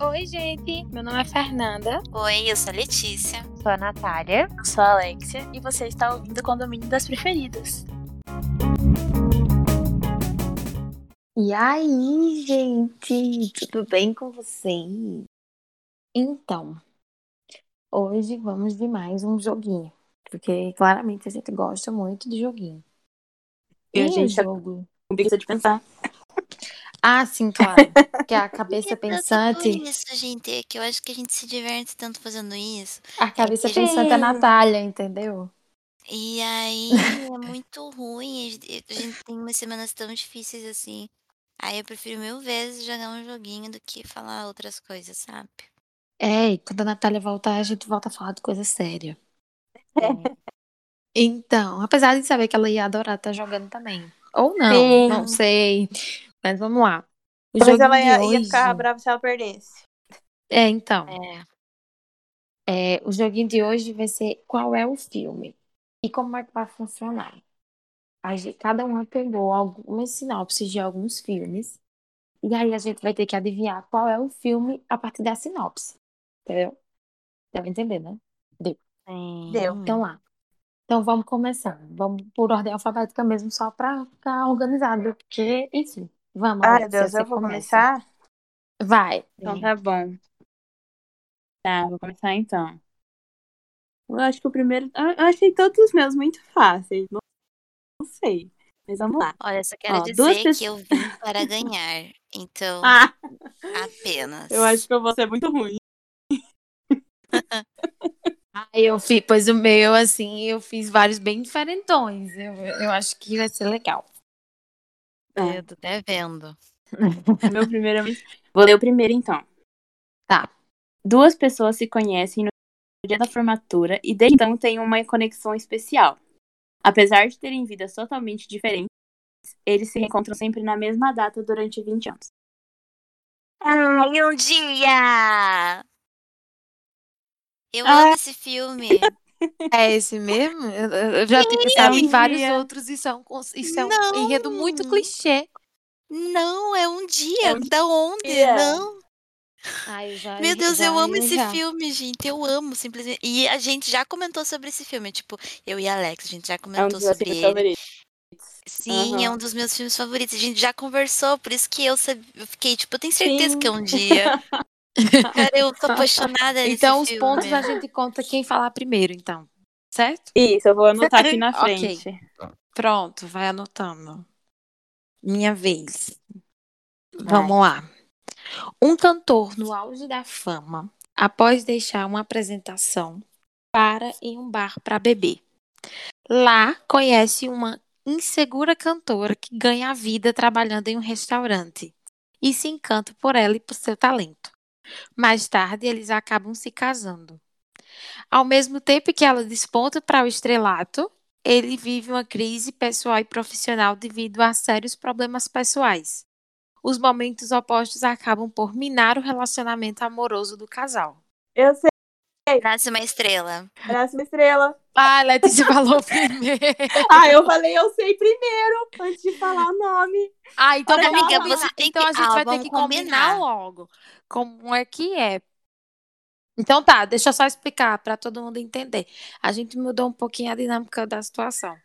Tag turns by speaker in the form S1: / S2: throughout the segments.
S1: Oi, gente! Meu nome é Fernanda.
S2: Oi, eu sou a Letícia.
S3: Sou a Natália.
S4: Eu sou a Alexia e você está ouvindo o Condomínio das Preferidas.
S3: E aí, gente, tudo bem com vocês? Então, hoje vamos de mais um joguinho, porque claramente a gente gosta muito de joguinho. é
S4: E, a gente jogo? com preguiça de pensar.
S3: Ah, sim, claro. Que é a cabeça pensante,
S2: Por isso, gente, é que eu acho que a gente se diverte tanto fazendo isso.
S3: a cabeça pensante é a Natália, entendeu?
S2: E aí é muito ruim. A gente- A gente tem umas semanas tão difíceis assim. Aí eu prefiro mil vezes jogar um joguinho do que falar outras coisas, sabe?
S3: É, e quando a Natália voltar, a gente volta a falar de coisa séria.
S4: É.
S3: É. Então, apesar de saber que ela ia adorar estar jogando também. Ou não,
S4: Sim.
S3: não sei. Mas vamos lá. O
S4: Talvez
S3: joguinho
S4: É. ela ia,
S3: de
S4: ia
S3: hoje-
S4: ficar brava se ela perdesse.
S3: É, então.
S2: É.
S3: É, o joguinho de hoje vai ser qual é o filme e como é que vai funcionar. A gente, cada uma pegou algumas sinopses de alguns filmes e aí a gente vai ter que adivinhar qual é o filme a partir da sinopse. Entendeu? Deve entender, né?
S4: Deu.
S2: Hum,
S3: Então lá. Então vamos começar. Vamos por ordem alfabética mesmo, só para ficar organizado, porque, enfim, vamos.
S4: Ai, meu
S3: Alexia,
S4: Deus,
S3: você
S4: eu vou
S3: começa.
S4: começar?
S3: Vai.
S2: Então
S4: tá bom. Tá, vou começar então. Eu acho que o primeiro. Eu eu achei todos os meus muito fáceis. Não, não sei. Mas vamos lá.
S2: Olha, só quero
S4: Ó, duas
S2: dizer
S4: pessoas-
S2: que eu vim para ganhar. Então,
S4: Ah,
S2: apenas.
S4: eu acho que eu vou ser muito ruim.
S3: Aí eu fiz, pois o meu, assim, eu fiz vários bem diferentões. Eu, eu acho que vai ser legal.
S4: é.
S2: Eu tô até vendo.
S4: O Meu primeiro é muito... Vou ler o primeiro então.
S3: Tá.
S4: Duas pessoas se conhecem no dia da formatura e desde então têm uma conexão especial. Apesar de terem vidas totalmente diferentes, eles se reencontram sempre na mesma data durante 20 anos.
S2: Ai, um dia! Eu
S4: Ah.
S2: amo esse filme.
S3: É esse mesmo? Eu, eu- eu já tinha pensado em
S4: Entendi.
S3: vários outros e são, cons- e são
S2: Não.
S3: um enredo muito clichê.
S2: Não, é um dia.
S4: É um
S2: da onde?
S4: dia.
S2: Não.
S3: Ai, eu já-
S2: Meu Deus,
S3: já-
S2: eu amo esse
S3: já.
S2: filme, gente. Eu amo, simplesmente. E a gente já comentou sobre esse filme. Tipo, eu e a Alex, a
S3: É um
S2: gente já comentou sobre ele. Sim, é
S4: Aham.
S2: um dos meus filmes favoritos. A gente já conversou, por isso que eu, sab- eu fiquei, tipo, eu tenho certeza que é um dia. Cara, eu tô apaixonada nesse
S3: Então, os
S2: filme.
S3: pontos a gente conta quem falar primeiro, então. Certo?
S4: Isso, eu vou anotar aqui na
S3: Ok.
S4: frente.
S3: Pronto, vai anotando. Minha vez. Vamos lá. Um cantor no auge da fama, após deixar uma apresentação, para em um bar para beber. Lá conhece uma insegura cantora que ganha a vida trabalhando em um restaurante e se encanta por ela e por seu talento. Mais tarde, eles acabam se casando. Ao mesmo tempo que ela desponta para o estrelato, ele vive uma crise pessoal e profissional devido a sérios problemas pessoais. Os momentos opostos acabam por minar o relacionamento amoroso do casal.
S4: Eu sei,
S2: Nasce uma estrela.
S4: próxima estrela.
S3: Ah, a Letícia falou primeiro.
S4: Ah, eu falei eu sei primeiro, antes de falar o nome.
S3: Ah, então,
S4: Olha,
S3: vamos
S4: amiga,
S3: combinar.
S2: você tem
S3: então
S2: que-
S3: a gente
S2: ah,
S3: vai ter
S2: vamos
S3: que combinar.
S2: combinar.
S3: logo como é que é. Então tá, deixa eu só explicar para todo mundo entender. A gente mudou um pouquinho a dinâmica da situação,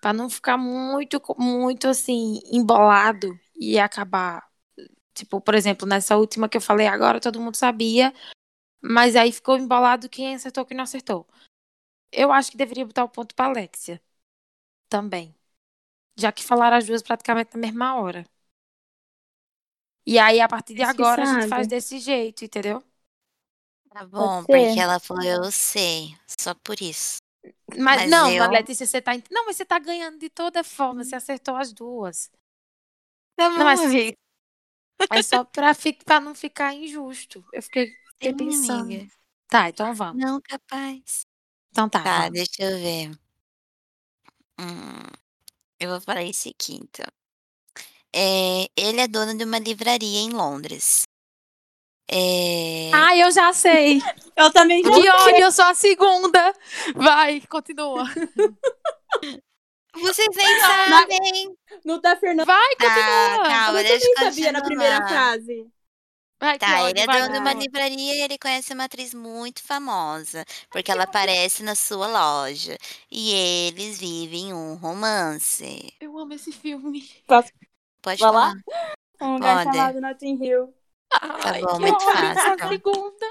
S3: para não ficar muito co- muito assim embolado e acabar tipo, por exemplo, nessa última que eu falei agora, todo mundo sabia, mas aí ficou embolado quem acertou, quem não acertou. Eu acho que deveria botar o ponto para Alexia também. Já que falaram as duas praticamente na mesma hora. E aí, a partir de
S4: Isso que
S3: agora, a gente
S4: sabe.
S3: faz desse jeito, entendeu?
S2: Tá bom,
S4: ser.
S2: porque ela falou, eu sei. Só por isso.
S3: Mas,
S2: Mas
S3: não,
S2: eu-
S3: Letícia, você tá. ent- Não, mas você tá ganhando de toda forma. Você acertou as duas.
S2: Tá
S3: bom, amiga. É só pra, fi... pra não ficar injusto. Eu fiquei, fiquei pensando.
S2: amiga.
S3: Tá, então vamos.
S2: Não, capaz.
S3: Então tá.
S2: Tá,
S3: vamos.
S2: deixa eu ver. Hum, eu vou falar esse aqui, então. É, ele é dono de uma livraria em Londres. É,
S3: Ah, eu já sei.
S4: Eu também já
S3: Que ódio, eu sou a segunda. Vai, continua.
S2: Vocês nem sabem.
S4: Não tá, Fernando?
S3: Vai,
S2: Ah,
S3: continua.
S2: calma,
S4: Mas eu
S2: deixa eu
S4: nem sabia na primeira
S2: continuar.
S4: frase.
S3: Vai,
S2: Tá,
S3: Cláudia,
S2: ele é
S3: vai,
S2: dono de uma
S3: Cláudia.
S2: livraria e ele conhece uma atriz muito famosa, porque ela aparece na sua loja. E eles vivem um romance.
S3: Eu amo esse filme.
S2: Pode
S4: Vai lá?
S2: falar.
S4: Um lugar
S2: Olha.
S4: chamado Notting Hill.
S2: Tá
S3: Ai,
S2: bom,
S3: que
S2: muito
S3: ódio
S2: fácil. então.
S3: dessa segunda.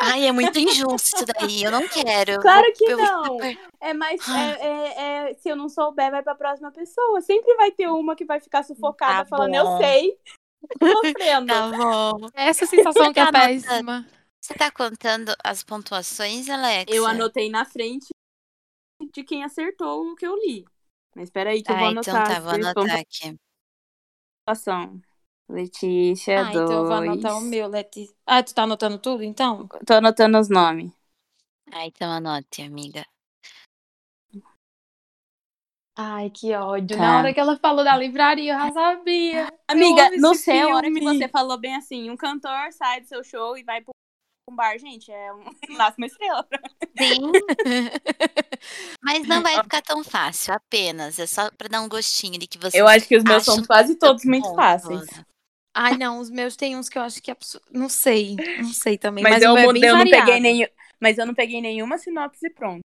S2: Ai, é muito injusto isso daí. Eu não quero.
S4: Claro que
S2: Eu vou
S4: não.
S2: super-
S4: É mais. é- é- é- se eu não souber, vai pra próxima pessoa. Sempre vai ter uma que vai ficar
S2: Tá
S4: sufocada falando,
S2: bom.
S4: eu sei. Sofrendo.
S2: Tá bom.
S3: Essa sensação que é
S2: Anota.
S3: péssima.
S2: Você tá contando as pontuações, Alex?
S4: Eu anotei na frente de quem acertou o que eu li. Mas peraí que eu
S2: Tá,
S4: vou
S2: então
S4: anotar.
S2: tá, vou
S4: as
S2: anotar aqui.
S4: pontuação. Letícia,
S3: Ah, então eu vou anotar o
S4: É dois.
S3: meu, Letícia. Ah, tu tá anotando tudo, então?
S4: Tô anotando os nomes.
S2: Ah, então anote, amiga.
S3: Ai, que ódio.
S4: Tá.
S3: Na hora que ela falou da livraria, eu já sabia.
S4: Amiga,
S3: amo
S4: no
S3: esse
S4: céu, a hora que
S3: filme.
S4: você falou bem assim, um cantor sai do seu show e vai pra um bar, gente, é um laço uma estrela.
S2: Sim. Mas não vai ficar tão fácil, apenas. É só pra dar um gostinho de que você.
S4: Eu acho que os meus
S2: Acho
S4: são quase
S3: é
S4: todos muito
S2: bom,
S4: fáceis.
S2: Laura.
S3: Ai, não, os meus tem uns que eu acho que é absurdo. Não sei, não sei também.
S4: Mas,
S3: Mas,
S4: eu,
S3: o meu é
S4: mudei-
S3: bem
S4: eu não
S3: variado.
S4: peguei nenhum, mas eu não peguei nenhuma sinopse pronta.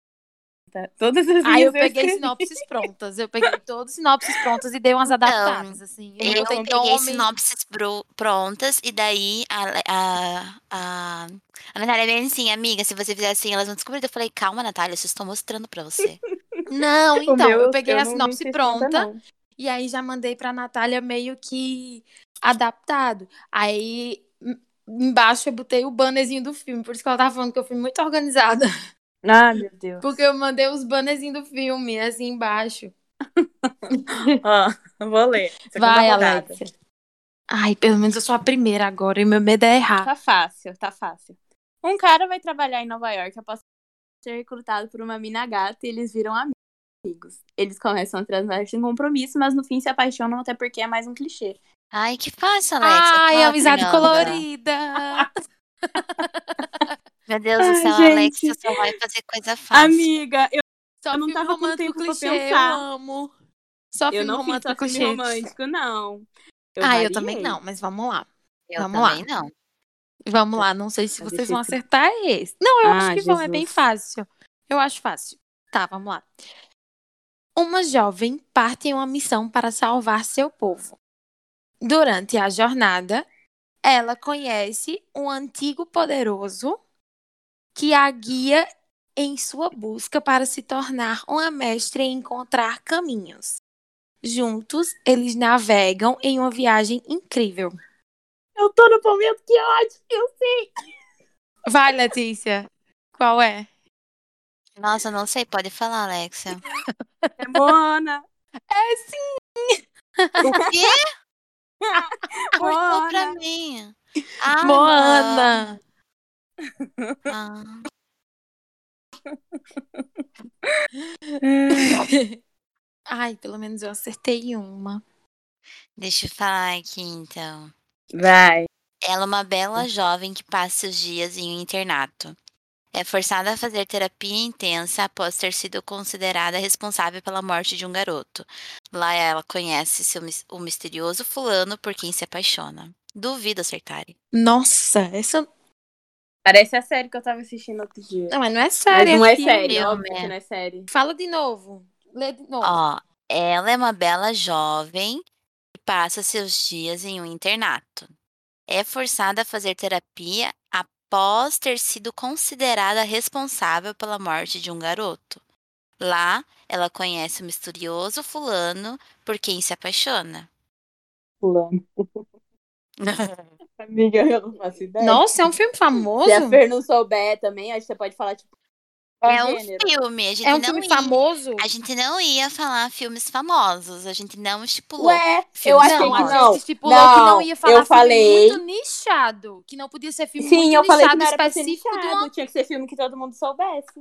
S4: Todas
S3: Aí
S4: as
S3: Ah, eu peguei
S4: minhas escrevi.
S3: sinopses prontas. Eu peguei todas as sinopses prontas e dei umas adaptadas, assim. Eu,
S2: Eu
S3: botei
S2: peguei
S3: nome.
S2: sinopses bro- prontas e daí a, Le- a, a, a Natália bem assim, amiga, se você fizer assim, elas vão descobrir. Eu falei, calma, Natália, eu só estou mostrando pra você.
S3: Não,
S4: O
S3: então,
S4: meu,
S3: eu peguei a
S4: não
S3: sinopse
S4: fiz
S3: pronta
S4: conta, não.
S3: e aí já mandei pra Natália meio que adaptado. Aí em- embaixo eu botei o bannerzinho do filme, por isso que ela tava falando que eu fui muito organizada.
S4: Ah, meu Deus.
S3: Porque eu mandei os bannerzinhos do filme, assim, embaixo.
S4: Ó, vou ler. Segunda
S3: Vai,
S4: rodada.
S3: Alexia. Ai, pelo menos eu sou a primeira agora e meu medo é errar.
S4: Tá fácil, tá fácil. Um cara vai trabalhar em Nova York após ser recrutado por uma mina gata e eles viram amigos. Eles começam a transar sem compromisso, mas no fim se apaixonam até porque é mais um clichê.
S2: Ai, que fácil, Alex.
S3: Ai, amizade
S2: colorida.
S3: colorida.
S2: Meu Deus do
S4: Ai,
S2: céu,
S4: gente.
S2: Alex, você só vai fazer coisa fácil.
S4: Amiga, eu,
S3: Só
S4: Eu não
S3: filme
S4: tava com
S3: romântico
S4: tempo pra
S3: clichê,
S4: pensar.
S3: eu amo. Só
S4: eu
S3: filme
S4: não fiz só
S3: romântico
S4: filme
S3: clichê.
S4: romântico, não.
S3: ah, eu também
S4: variei.
S3: não, mas vamos lá.
S2: eu
S3: vamos
S2: também
S3: lá.
S2: não.
S3: Vamos lá, não sei se
S4: Tá
S3: vocês vão
S4: difícil.
S3: acertar esse. Não, eu
S4: Ah,
S3: acho que vão, é bem
S4: Jesus.
S3: fácil. Eu acho fácil. Tá, vamos lá. Uma jovem parte em uma missão para salvar seu povo. Durante a jornada, ela conhece um antigo poderoso que a guia em sua busca para se tornar uma mestre em encontrar caminhos. Juntos, eles navegam em uma viagem incrível.
S4: Eu tô no momento que ódio. Eu
S3: Vai, Letícia. Qual é?
S2: Nossa, eu não sei, pode falar, Alexia.
S4: é Mona.
S3: É sim.
S2: O quê? Cortou pra
S4: Mona.
S2: mim. Ah,
S3: Moana.
S2: não. Ah,
S3: Ai, pelo menos eu acertei uma.
S2: deixa eu falar aqui então.
S4: Vai.
S2: Ela é uma bela jovem que passa os dias em um internato. É forçada a fazer terapia intensa após ter sido considerada responsável pela morte de um garoto. Lá ela conhece seu mis- o misterioso fulano por quem se apaixona. Duvido acertarem.
S3: Nossa, essa.
S4: Parece a série que eu tava assistindo outro dia.
S3: Não, mas não é
S4: Mas
S3: séria.
S4: não é
S3: filme.
S4: série,
S2: filme,
S4: óbvio
S2: né?
S4: que não é série.
S3: Fala de novo. Lê de novo.
S2: Ó, ela é uma bela jovem que passa seus dias em um internato. É forçada a fazer terapia após ter sido considerada responsável pela morte de um garoto. Lá, ela conhece o misterioso fulano por quem se apaixona.
S4: Fulano. Amiga, eu não faço ideia.
S3: Nossa, é um filme famoso?
S4: Se a Fer não souber também, acho que você pode falar, tipo,
S2: é um
S4: gênero.
S2: filme, a gente
S3: É um
S2: não
S3: filme
S2: ia,
S3: famoso?
S2: A gente não ia falar filmes famosos, a gente não estipulou.
S4: Ué, eu
S2: filmes
S4: achei
S3: não,
S4: que
S3: a
S2: famosos.
S4: não.
S3: gente estipulou que não ia falar
S4: eu falei.
S3: filme muito nichado. Que não podia ser filme
S4: Sim,
S3: muito
S4: eu
S3: nichado
S4: falei que não era pra ser
S3: específico de uma...
S4: nichado, tinha que ser filme que todo mundo soubesse.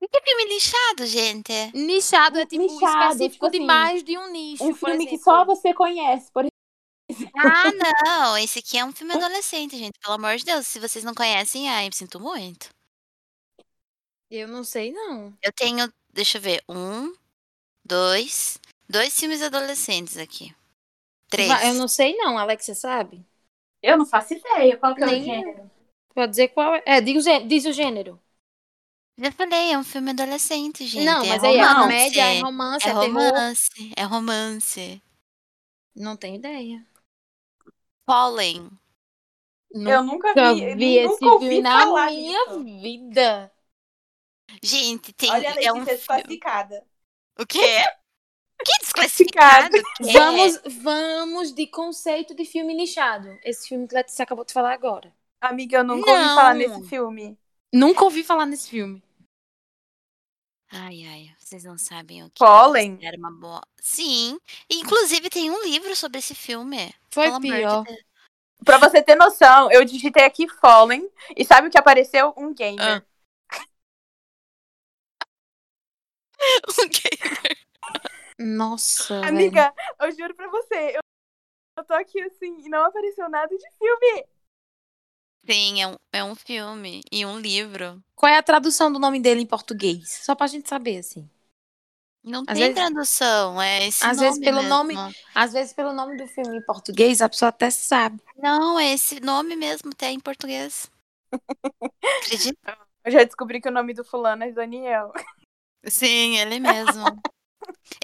S2: O que é filme lixado, gente?
S3: Nichado é tipo
S4: Nichado,
S3: específico
S4: tipo
S3: de
S4: assim,
S3: mais de um nicho,
S4: Um
S3: por
S4: filme que
S3: exemplo.
S4: só você conhece, por exemplo.
S2: Ah, não, esse aqui é um
S3: Hum?
S2: filme adolescente, gente. Pelo amor de Deus, se vocês não conhecem, ai, me sinto muito.
S3: Eu não sei, não.
S2: Eu tenho Deixa eu ver. Um, dois. Dois filmes adolescentes aqui. Três.
S3: Vai, Eu não sei não, Alex, você sabe?
S4: Eu não faço ideia qual que é o
S3: Nem
S4: gênero.
S3: Pode dizer qual é? É, diz o gê- diz o gênero.
S2: Já falei, é um filme adolescente, gente.
S3: não, mas
S2: é
S3: aí é
S2: romance,
S3: comédia, é romance, é,
S2: é
S3: terror.
S2: romance. É romance.
S3: Não tenho ideia.
S2: Pollen.
S4: Eu nunca
S3: Nunca
S4: vi,
S3: vi
S4: nunca
S3: esse
S4: ouvi
S3: filme na
S4: falar
S3: minha
S4: disso.
S3: vida.
S2: Gente, tem.
S5: Olha a
S2: é um
S5: Letícia desclassificada.
S2: O quê? Que desclassificado? que é?
S3: Vamos, vamos de conceito de filme nichado. Esse filme que a Letícia acabou de falar agora.
S5: Amiga, eu nunca ouvi
S2: Não.
S5: falar nesse filme.
S3: Nunca ouvi falar nesse filme.
S2: Ai, ai, vocês não sabem o que.
S5: Pollen?
S2: Era uma boa. Sim. Inclusive, tem um livro sobre esse filme.
S3: Foi
S2: Pelo amor de
S3: pior.
S2: Deus.
S5: Pra você ter noção, eu digitei aqui Fallen
S3: Tá
S5: e sabe o que apareceu? Um gamer.
S2: Ok.
S3: Nossa, velho.
S5: Amiga, eu juro pra você, eu, eu tô aqui assim e não apareceu nada de filme.
S2: Sim, é um, é um filme e um livro.
S3: Qual é a tradução do nome dele em português? Só pra gente saber, assim.
S2: Não
S3: Às
S2: tem
S3: vezes-
S2: tradução, é esse
S3: às
S2: nome
S3: vezes pelo
S2: mesmo.
S3: nome- Às vezes, pelo nome do filme em português, a pessoa até sabe.
S2: Não, é esse nome mesmo, tem em português. Acredito?
S5: Eu já descobri que o nome do fulano é Daniel.
S2: Sim, ele mesmo.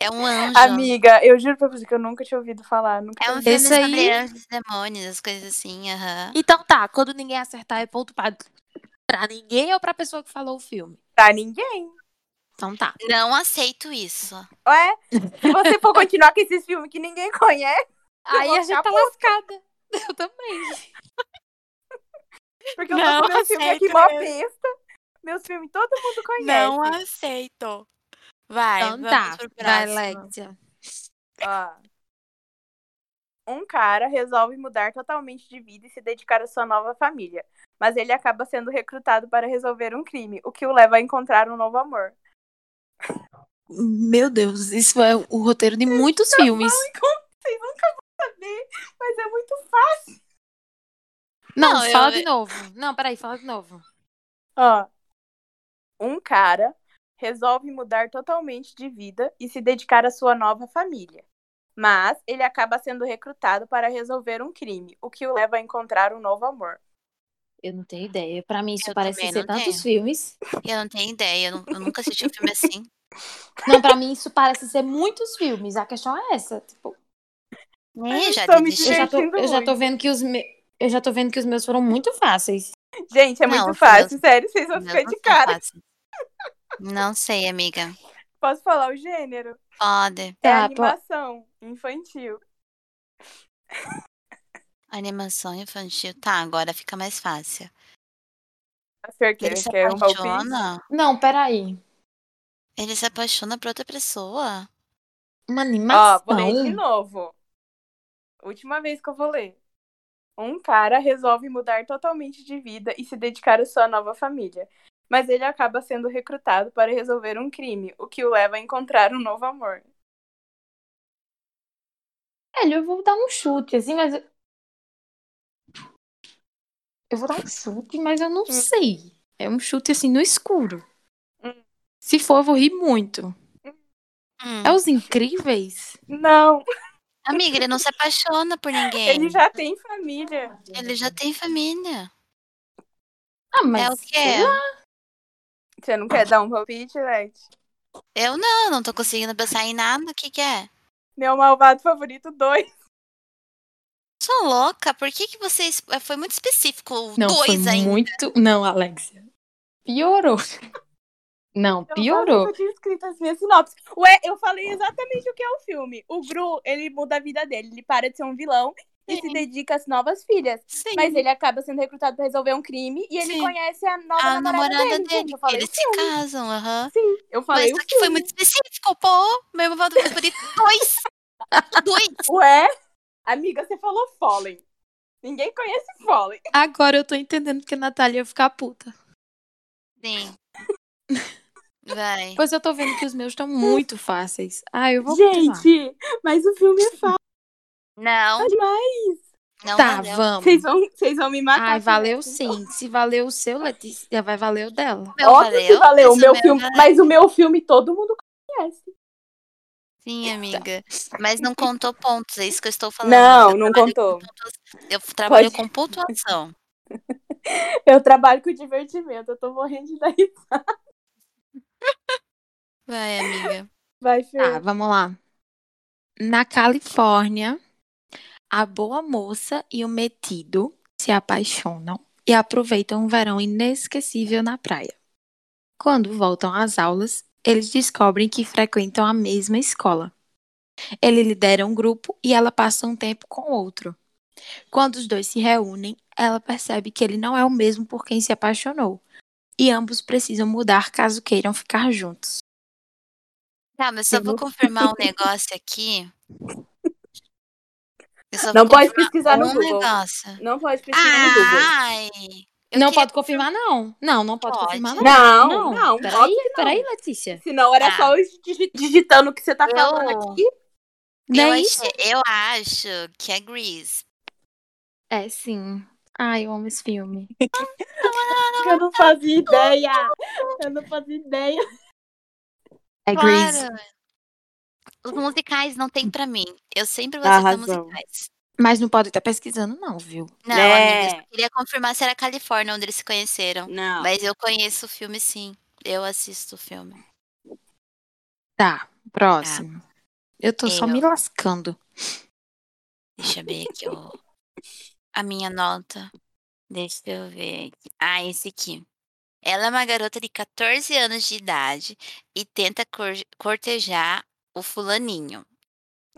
S2: É um anjo.
S5: Amiga, eu juro pra você que eu nunca tinha ouvido falar. Nunca
S2: É um filme
S5: tinha
S3: Esse aí-
S2: sobre anjos, demônios, as coisas assim, aham.
S3: Então tá, quando ninguém acertar, é ponto pra, pra ninguém ou pra pessoa que falou o filme.
S5: ouvido pra ninguém.
S3: Então tá.
S2: Não aceito isso.
S5: Ué, se você for continuar com esses filmes que ninguém conhece,
S3: Aí a
S5: vou
S3: gente
S5: ficar
S3: tá lascada. Eu também.
S5: porque eu
S2: Não, é
S5: tô com meus filmes aqui
S2: aceito
S5: mó
S2: mesmo.
S5: besta. Meus filmes todo mundo conhece.
S2: Não aceito. Vai,
S3: Então
S2: vamos
S3: tá.
S2: pro
S3: Vai,
S2: próximo.
S3: Lécia.
S2: é
S5: Ó. Um cara resolve mudar totalmente de vida e se dedicar à sua nova família, mas ele acaba sendo recrutado para resolver um crime, o que o leva a encontrar um novo amor.
S3: Meu Deus, isso é o roteiro de muitos filmes.
S5: Vocês nunca vão saber, mas é muito fácil.
S3: Não, é
S2: Não, eu-
S3: fala de novo. Não, peraí, fala de novo.
S5: Ó. Um cara resolve mudar totalmente de vida e se dedicar à sua nova família, mas ele acaba sendo recrutado para resolver um crime, o que o leva a encontrar um novo amor.
S3: Eu não tenho ideia. Pra mim, isso
S2: Eu
S3: parece
S2: também
S3: ser
S2: não
S3: tantos
S2: tenho.
S3: filmes.
S2: Eu não tenho ideia, eu, nu- eu nunca assisti um filme assim.
S3: Não, pra mim, isso parece ser muitos filmes. A questão é essa. Tipo,
S2: É, já
S5: tô me
S2: desisti.
S3: eu, já tô,
S5: Divertindo
S3: eu já
S5: muito.
S3: tô vendo que os me- Eu já tô vendo que os meus foram muito fáceis.
S5: Gente, é
S2: Não,
S5: muito
S2: filho,
S5: fácil, sério, vocês vão
S2: Meu Deus,
S5: ficar
S2: não
S5: de
S2: sou fácil.
S5: cara.
S2: Não sei, amiga.
S5: Posso falar o gênero?
S2: Pode.
S5: É
S3: Tá, pô.
S5: animação infantil.
S2: Animação infantil. Tá, agora fica mais fácil.
S5: Acertei,
S2: Ele se
S5: que é um palpite.
S2: apaixona?
S3: Não, peraí.
S2: Ele se apaixona por outra pessoa?
S3: Uma
S5: Ó,
S3: animação?
S5: vou ler de novo. Última vez que eu vou ler. Um cara resolve mudar totalmente de vida e se dedicar à sua nova família. Mas ele acaba sendo recrutado para resolver um crime, o que o leva a encontrar um novo amor.
S3: Velho, eu vou dar um chute, assim, mas. eu- Eu vou dar um chute, mas eu não sei. É um chute, assim, no escuro.
S5: Hum.
S3: Se for, eu vou rir muito.
S2: Hum.
S3: É os incríveis?
S5: Não,
S2: Amiga, ele não se apaixona por ninguém.
S5: ele já tem família.
S2: Ele já tem família.
S3: Ah, mas.
S2: É o quê?
S5: Você não quer dar um palpite, Let?
S2: Eu não, não tô conseguindo pensar em nada. O que que é?
S5: Meu malvado favorito 2.
S2: Sou louca, por que, que vocês. é, Foi muito específico. o
S3: Não, foi
S2: dois ainda.
S3: muito. Não, Alexia. Piorou. Não,
S5: Eu
S3: piorou.
S5: nunca tinha escrito as minhas sinopses. Ué, eu falei exatamente o que é o filme. O Gru, ele muda a vida dele. Ele para de ser um vilão e se dedica às novas filhas.
S2: Sim.
S5: Mas ele acaba sendo recrutado pra resolver um crime e ele
S2: Sim.
S5: conhece a nova
S2: a
S5: namorada,
S2: namorada
S5: é dele.
S2: dele.
S5: Gente, eu falei,
S2: Eles se casam, aham.
S5: eu
S2: Mas
S5: falei o
S2: só que foi
S5: filme.
S2: muito específico, pô. Meu malvado favorito. Dois! Dois!
S5: Ué, amiga, você falou Fallen. Ninguém conhece Fallen.
S3: Agora eu tô entendendo que a Natália ia ficar puta.
S2: Sim. né? Vai.
S3: Pois eu tô vendo que os meus estão muito fáceis. Ah, eu vou continuar.
S5: Gente, mas o filme é fácil
S2: Não,
S5: demais.
S2: Não
S3: tá,
S2: valeu.
S3: vamos.
S4: Vocês vão, vocês vão me matar.
S3: Ai,
S4: com
S3: valeu
S4: essa.
S3: sim. Se valeu o seu, Letícia, vai valer o dela.
S2: Meu
S4: Óbvio que valeu. O
S2: mas
S4: meu filme,
S2: valeu.
S4: mas o meu filme todo mundo conhece.
S2: Sim, amiga. Mas não contou pontos, é isso que eu estou falando.
S4: Não,
S2: Eu
S4: não
S2: trabalho com
S4: contou.
S2: pontuação- Eu trabalho
S4: Pode-
S2: com pontuação.
S4: Eu trabalho com divertimento. Eu tô morrendo de dar risada.
S2: Vai, amiga.
S4: Vai, Fê.
S3: Tá, vamos lá. Na Califórnia, a boa moça e o metido se apaixonam e aproveitam um verão inesquecível na praia. Quando voltam às aulas, eles descobrem que frequentam a mesma escola. Ele lidera um grupo e ela passa um tempo com outro. Quando os dois se reúnem, ela percebe que ele não é o mesmo por quem se apaixonou. E ambos precisam mudar caso queiram ficar juntos.
S2: Tá, mas só
S4: Eu
S2: vou
S4: vou-
S2: confirmar um negócio aqui. Eu só
S4: Não
S2: vou
S4: pode
S2: confirmar
S4: pesquisar no
S2: um
S4: Google.
S2: negócio.
S4: Não pode pesquisar
S2: Ah,
S4: no Google.
S2: Ai! eu
S3: não
S2: queria-
S3: pode confirmar, não. Não, não pode,
S2: Pode.
S3: confirmar, não.
S4: Não, não.
S3: Peraí,
S4: óbvio que não.
S3: peraí, Letícia.
S4: Senão era
S2: Tá.
S4: só eu digi- digitando o que você tá
S2: Eu-
S4: falando aqui.
S3: Não
S2: eu
S3: é
S2: achei-
S3: isso?
S2: eu acho que é Grease.
S3: É, sim. Ai, eu amo esse filme.
S4: Eu não fazia ideia. Eu não fazia ideia.
S3: É
S2: Claro. Os musicais não tem pra mim. Eu sempre gostei dos
S4: Arrasou.
S2: musicais.
S3: Mas não pode estar pesquisando, não, viu?
S2: Não,
S4: É.
S2: amiga, eu só queria confirmar se era Califórnia onde eles se conheceram.
S4: Não.
S2: Mas eu conheço o filme, sim. Eu assisto o filme.
S3: Tá, próximo. Eu tô só
S2: Eu.
S3: me lascando.
S2: Deixa eu ver aqui o... a minha nota. Deixa eu ver aqui. Ah, esse aqui. Ela é uma garota de 14 anos de idade e tenta cor- cortejar o fulaninho,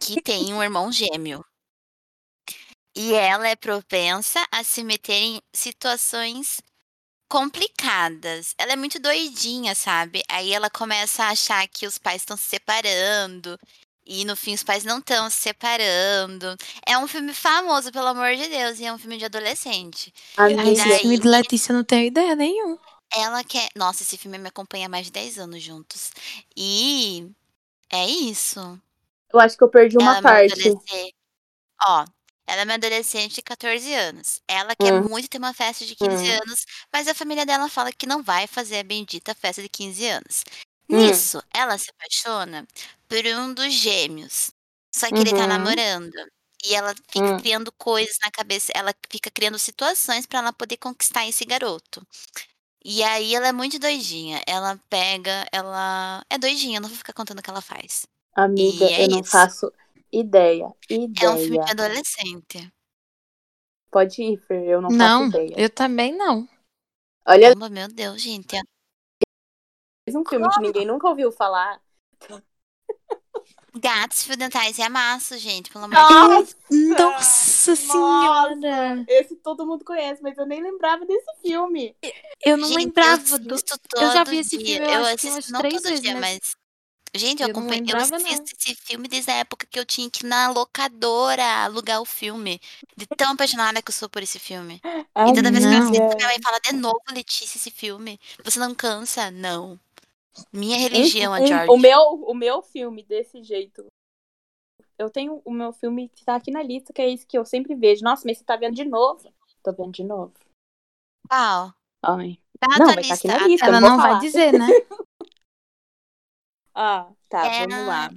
S2: que tem um irmão gêmeo. E ela é propensa a se meter em situações complicadas. Ela é muito doidinha, sabe? Aí ela começa a achar que os pais estão se separando. E no fim os pais não estão se separando. É um filme famoso, pelo amor de Deus, e é um filme de adolescente.
S4: Ah, É Tá
S3: Ai, esse
S2: daí?
S3: filme de Letícia eu não tenho ideia nenhuma.
S2: Ela quer. Nossa, esse filme me acompanha há mais de 10 anos juntos. E é isso.
S4: eu acho que eu perdi
S2: ela
S4: uma
S2: é
S4: parte.
S2: adolescente. Ó, ela é uma adolescente de 14 anos. Ela quer
S4: Hum.
S2: muito ter uma festa de 15 anos, mas a família dela fala que não vai fazer a bendita festa de 15 anos.
S4: Hum.
S2: Nisso, ela se apaixona por um dos gêmeos. Só que ele tá
S4: Uhum.
S2: namorando. E ela fica
S4: Hum.
S2: criando coisas na cabeça, ela fica criando situações pra ela poder conquistar esse garoto. E aí ela é muito doidinha. Ela pega, ela é doidinha, eu não vou ficar contando o que ela faz.
S4: Amiga,
S2: E é
S4: eu não
S2: isso.
S4: faço ideia.
S2: É um filme
S4: Ideia.
S2: de adolescente.
S4: Pode ir, Fer, eu não,
S3: Não,
S4: faço ideia.
S3: eu também não.
S4: Olha,
S2: Caramba, meu Deus, gente.
S4: mais um filme que ninguém nunca ouviu falar.
S2: Gatos, fio dentais e amasso, gente, pelo amor de Deus.
S4: Nossa,
S3: Nossa senhora!
S4: esse todo mundo conhece, mas eu nem lembrava desse filme.
S3: Eu não
S2: Gente,
S3: lembrava
S2: eu
S3: do...
S2: assisto todo
S3: eu já vi esse
S2: dia.
S3: filme, eu
S2: eu
S3: acho que umas
S2: assisto não
S3: três
S2: todo
S3: vezes,
S2: dia,
S3: mas
S2: mas... Gente, eu,
S3: eu não
S2: acompanho, eu
S3: lembrava, não.
S2: assisto esse filme desde a época que eu tinha que ir na locadora alugar o filme. De tão apaixonada que eu sou por esse filme.
S4: Ai,
S2: E toda vez que eu
S3: Ah, não.
S2: assisto, minha mãe fala de novo, Letícia, esse filme. Você não cansa? Não. Minha religião, a
S4: Um-
S2: George.
S4: o, meu, o meu filme desse jeito. Eu tenho o meu filme que tá aqui na lista, que é esse que eu sempre vejo. Nossa, mas você tá vendo de novo. Tô vendo de novo.
S2: Qual?
S4: Ai.
S2: Tá na
S4: Não,
S2: tua
S4: mas tá
S2: lista.
S4: aqui na
S2: Ah,
S4: lista.
S3: Ela
S4: eu vou
S3: não vai
S4: falar.
S3: dizer, né?
S4: Ah, tá,
S2: É,
S4: vamos lá.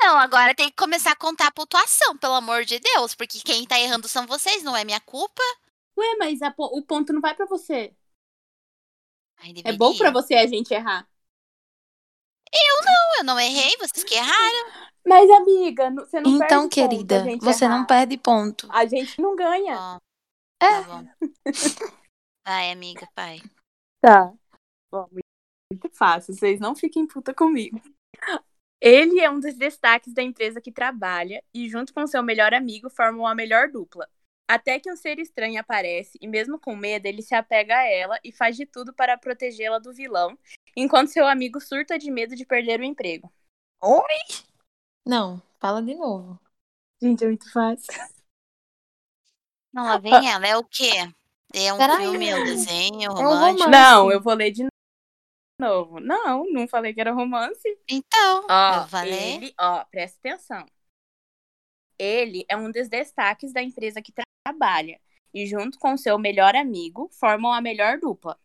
S2: Não, agora tem que começar a contar a pontuação, pelo amor de Deus. Porque quem tá errando são vocês, não é minha culpa.
S4: Ué, mas a po- o ponto não vai pra você.
S2: Ai,
S4: É bom
S2: deveria.
S4: pra você a gente errar.
S2: Eu não errei, vocês que erraram.
S4: Mas, amiga, nu- você não
S3: Então,
S4: perde ponto,
S3: querida,
S4: a gente é
S3: você
S4: errar.
S3: não perde ponto.
S4: A gente não ganha.
S2: Ó,
S3: É.
S2: tá bom. Vai, amiga, vai.
S4: Tá. Bom, muito fácil, vocês não fiquem puta comigo. Ele é um dos destaques da empresa que trabalha e, junto com seu melhor amigo, formam a melhor dupla. Até que um ser estranho aparece e, mesmo com medo, ele se apega a ela e faz de tudo para protegê-la do vilão, enquanto seu amigo surta de medo de perder o emprego.
S3: Não, fala de novo.
S4: Gente, é muito fácil.
S2: Não, lá vem ela. É o quê? É um
S3: Peraí.
S2: filme, é um desenho,
S3: É um
S2: romântico?
S3: romance.
S4: Não, eu vou ler de novo. Não, não falei que era romance.
S2: Então,
S4: Ó,
S2: eu falei.
S4: ele, ó, presta atenção. Ele é um dos destaques da empresa que trabalha e, junto com seu melhor amigo, formam a melhor dupla.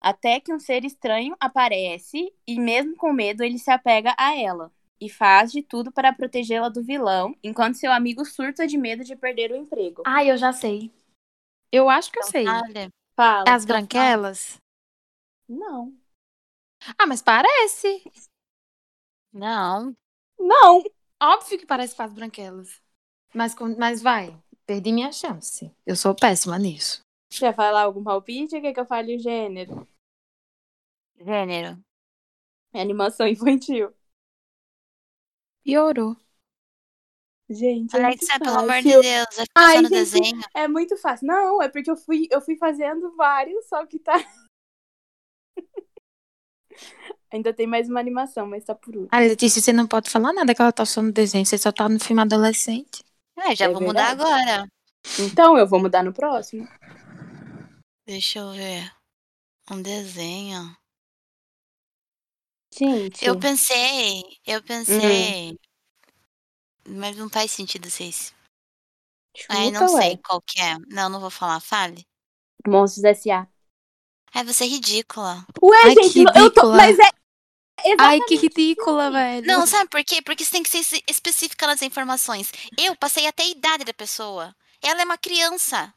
S4: Até que um ser estranho aparece e, mesmo com medo, ele se apega a ela e faz de tudo para protegê-la do vilão, enquanto seu amigo surta de medo de perder o emprego.
S3: Ah, eu já sei. Eu acho que eu sei.
S2: Olha,
S4: Fala.
S3: As branquelas?
S4: Não.
S3: Ah, mas parece.
S2: não.
S4: Não.
S3: Óbvio que parece com as branquelas. Mas, com- mas vai, perdi minha chance. Eu sou péssima nisso.
S4: Quer falar algum palpite? Quer que eu fale o gênero?
S2: Gênero.
S4: É animação infantil.
S3: Piorou.
S4: Gente, é muito
S2: Alexa, pelo amor de
S4: fácil.
S2: Deus, vai
S4: Ai,
S2: passar no
S4: gente.
S2: desenho.
S4: É muito fácil. Não, é porque eu fui, eu fui fazendo vários, só que tá. Ainda tem mais uma animação, mas tá por último.
S3: Ah, Letícia, você não pode falar nada que ela tá só no desenho. Você só tá no filme adolescente.
S2: Ah, já
S4: É
S2: vou mudar agora.
S4: Então eu vou mudar no próximo.
S2: Deixa eu ver. Um desenho.
S4: Gente,
S2: Eu pensei, eu pensei. Mas não faz sentido vocês. Ai, não
S4: chuta, ué.
S2: sei qual que é. Não, não vou falar. Fale.
S4: Monstros S.A.
S2: Ai, você é ridícula.
S4: Ué,
S3: Ai, que
S4: gente, eu tô.
S3: ridícula.
S4: Mas é.
S3: Ai, que ridícula, velho.
S2: Não, sabe por quê? Porque você tem que ser es- específica nas informações. Eu passei até a idade da pessoa. Ela é uma criança.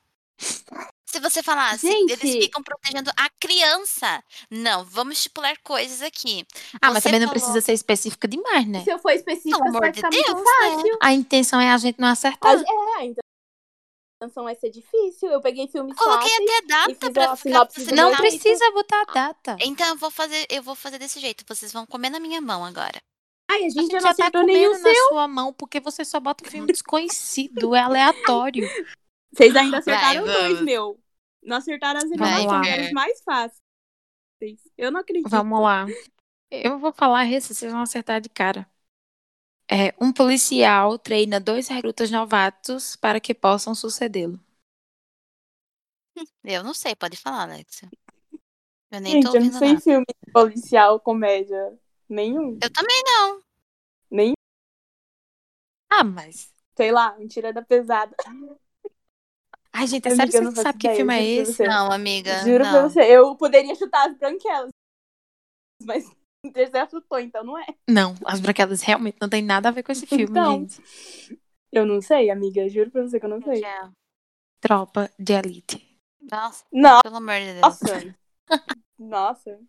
S2: Se você falasse,
S4: Gente.
S2: eles ficam protegendo a criança. Não, vamos estipular coisas aqui.
S3: ah, mas
S2: você
S3: também não
S2: falou-
S3: precisa ser específica demais, né?
S4: é, Se eu for
S2: Pelo
S4: específica, só
S2: amor
S4: vai
S2: de
S4: ficar
S2: Deus,
S4: muito
S2: né?
S4: fácil.
S3: A intenção é a gente não acertar.
S4: Mas É, então. A intenção vai ser difícil. Eu peguei filmes
S2: Coloquei
S4: fáceis.
S2: até data
S4: fiz
S2: pra ficar
S4: uma sinopse do
S3: Não
S4: Não,
S2: facilitar.
S3: precisa botar a data.
S2: Então eu vou fazer, eu vou fazer desse jeito. Vocês vão comer na minha mão agora.
S4: Ai, a gente,
S3: A gente
S4: já não
S3: já tá
S4: acertou nenhum
S3: comendo
S2: né?
S4: seu.
S3: na sua mão porque você só bota um filme desconhecido, é aleatório.
S4: Vocês ainda acertaram
S2: Vai,
S4: dois,
S2: vamos.
S4: meu. Não acertaram as
S3: lá.
S4: animações mais fáceis. Eu não acredito.
S3: Vamos lá. Eu vou falar esse, vocês vão acertar de cara. É, um policial treina dois recrutas novatos para que possam sucedê-lo.
S2: Eu não sei, pode falar, Alexia. Eu nem
S4: Gente,
S2: tô
S4: eu não
S2: ouvindo
S4: sei
S2: nada.
S4: filme de policial, comédia. Nenhum.
S2: Eu também não.
S4: Nem,
S3: Ah, mas.
S4: sei lá, mentira da pesada.
S3: Ai, gente, é
S4: Amiga,
S3: sério que você
S4: eu não
S3: não
S4: faço
S3: sabe que
S4: ideia,
S3: filme é
S4: juro pra
S3: esse?
S4: você.
S2: Não, amiga.
S4: Juro
S2: não.
S4: pra você, eu poderia chutar as branquelas. Mas o terceiro chutou, então não é.
S3: Não, As Branquelas realmente não tem nada a ver com esse filme,
S4: Então.
S3: gente.
S4: Eu não sei, amiga. Juro pra você que eu não sei.
S2: Já.
S3: Tropa de Elite.
S2: Nossa,
S4: Nossa.
S2: pelo amor de Deus.
S4: Nossa. Nossa.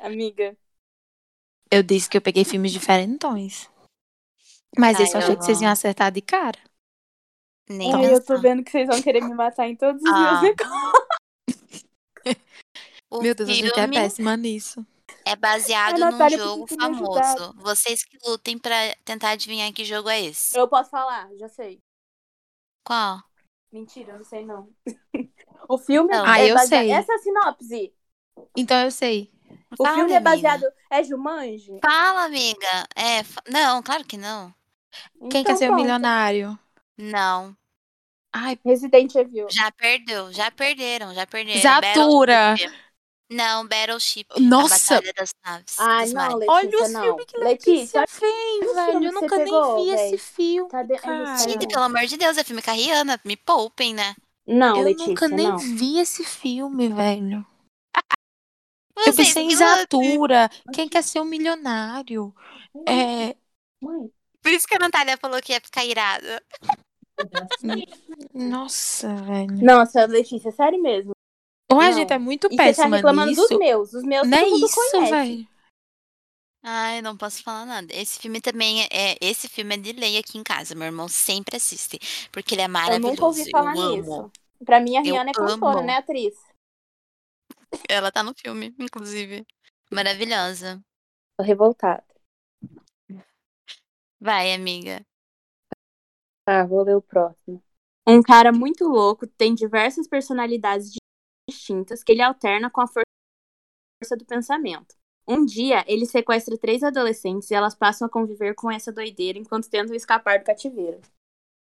S4: Amiga.
S3: Eu disse que eu peguei filmes diferentões. Mas
S2: Ai,
S3: esse eu
S2: eu
S3: achei que vocês
S2: não.
S3: iam acertar de cara.
S2: Nem
S4: Ai, eu tô
S2: pensar.
S4: vendo que vocês vão querer me matar em todos os
S2: Ah.
S4: meus negócios.
S2: O
S3: Meu Deus, a gente é
S2: filme
S3: péssima nisso.
S2: é baseado
S4: A
S2: num
S4: Natália
S2: jogo
S4: precisa me ajudar.
S2: famoso. Vocês que lutem pra tentar adivinhar que jogo é esse.
S4: Eu posso falar, já sei.
S2: Qual?
S4: Mentira, eu não sei não. o filme
S2: Não.
S4: é
S3: Ah, eu
S4: baseado...
S3: sei.
S4: Essa é a sinopse.
S3: Então eu sei.
S4: O
S2: Fala,
S4: filme é
S2: amiga.
S4: baseado... É Jumanji?
S2: Fala, amiga. É, fa- não, claro que não.
S3: Quem quer
S4: Então
S3: ser o
S4: pronto.
S3: milionário?
S2: Não.
S3: Ai,
S4: Resident Evil.
S2: Já perdeu, já perderam, já perderam.
S3: Zatura.
S2: Battleship. Não, Battleship.
S3: Nossa.
S2: A Batalha das Naves.
S4: Ah,
S2: dos
S4: não,
S2: mares.
S4: Letícia,
S3: olha os
S4: não.
S3: filmes que
S4: Letícia,
S3: Letícia fez,
S4: os
S3: velho.
S4: filmes
S3: Eu
S4: que você
S3: nunca
S4: pegou,
S3: nem vi
S4: véi?
S3: esse filme,
S4: Cadê- eu não sei,
S3: cara.
S2: Gente, pelo amor de Deus, é filme com a Rihanna. Me poupem, né?
S4: não,
S3: Eu
S4: Letícia,
S3: nunca nem
S4: não.
S3: vi esse filme, velho. Eu
S2: Vocês
S3: pensei em
S2: que lutem.
S3: Zatura. Quem quer ser um milionário? É...
S4: Mãe,
S2: Por isso que a Natália falou que ia ficar irada.
S3: Nossa, velho.
S4: Nossa, Letícia, sério mesmo.
S3: Ou a
S4: Não.
S3: gente é muito
S4: E você tá
S3: péssima
S4: reclamando dos
S3: nisso.
S4: meus. Os meus
S3: Não é
S4: todo mundo
S3: isso,
S4: conhece.
S3: velho.
S2: Ai, não posso falar nada. Esse filme também é, é- Esse filme é de lei aqui em casa. Meu irmão sempre assiste. Porque ele é
S4: Eu
S2: maravilhoso.
S4: nunca ouvi falar
S2: eu
S4: nisso.
S2: amo.
S4: Pra mim, a
S2: Eu
S4: Rihanna é cantora,
S2: amo.
S4: né, atriz?
S2: Ela tá no filme, inclusive. Maravilhosa.
S4: Tô revoltada.
S2: Vai, amiga.
S4: Tá, vou ler o próximo. Um cara muito louco tem diversas personalidades di- distintas que ele alterna com a for- força do pensamento. Um dia, ele sequestra três adolescentes e elas passam a conviver com essa doideira enquanto tentam escapar do cativeiro.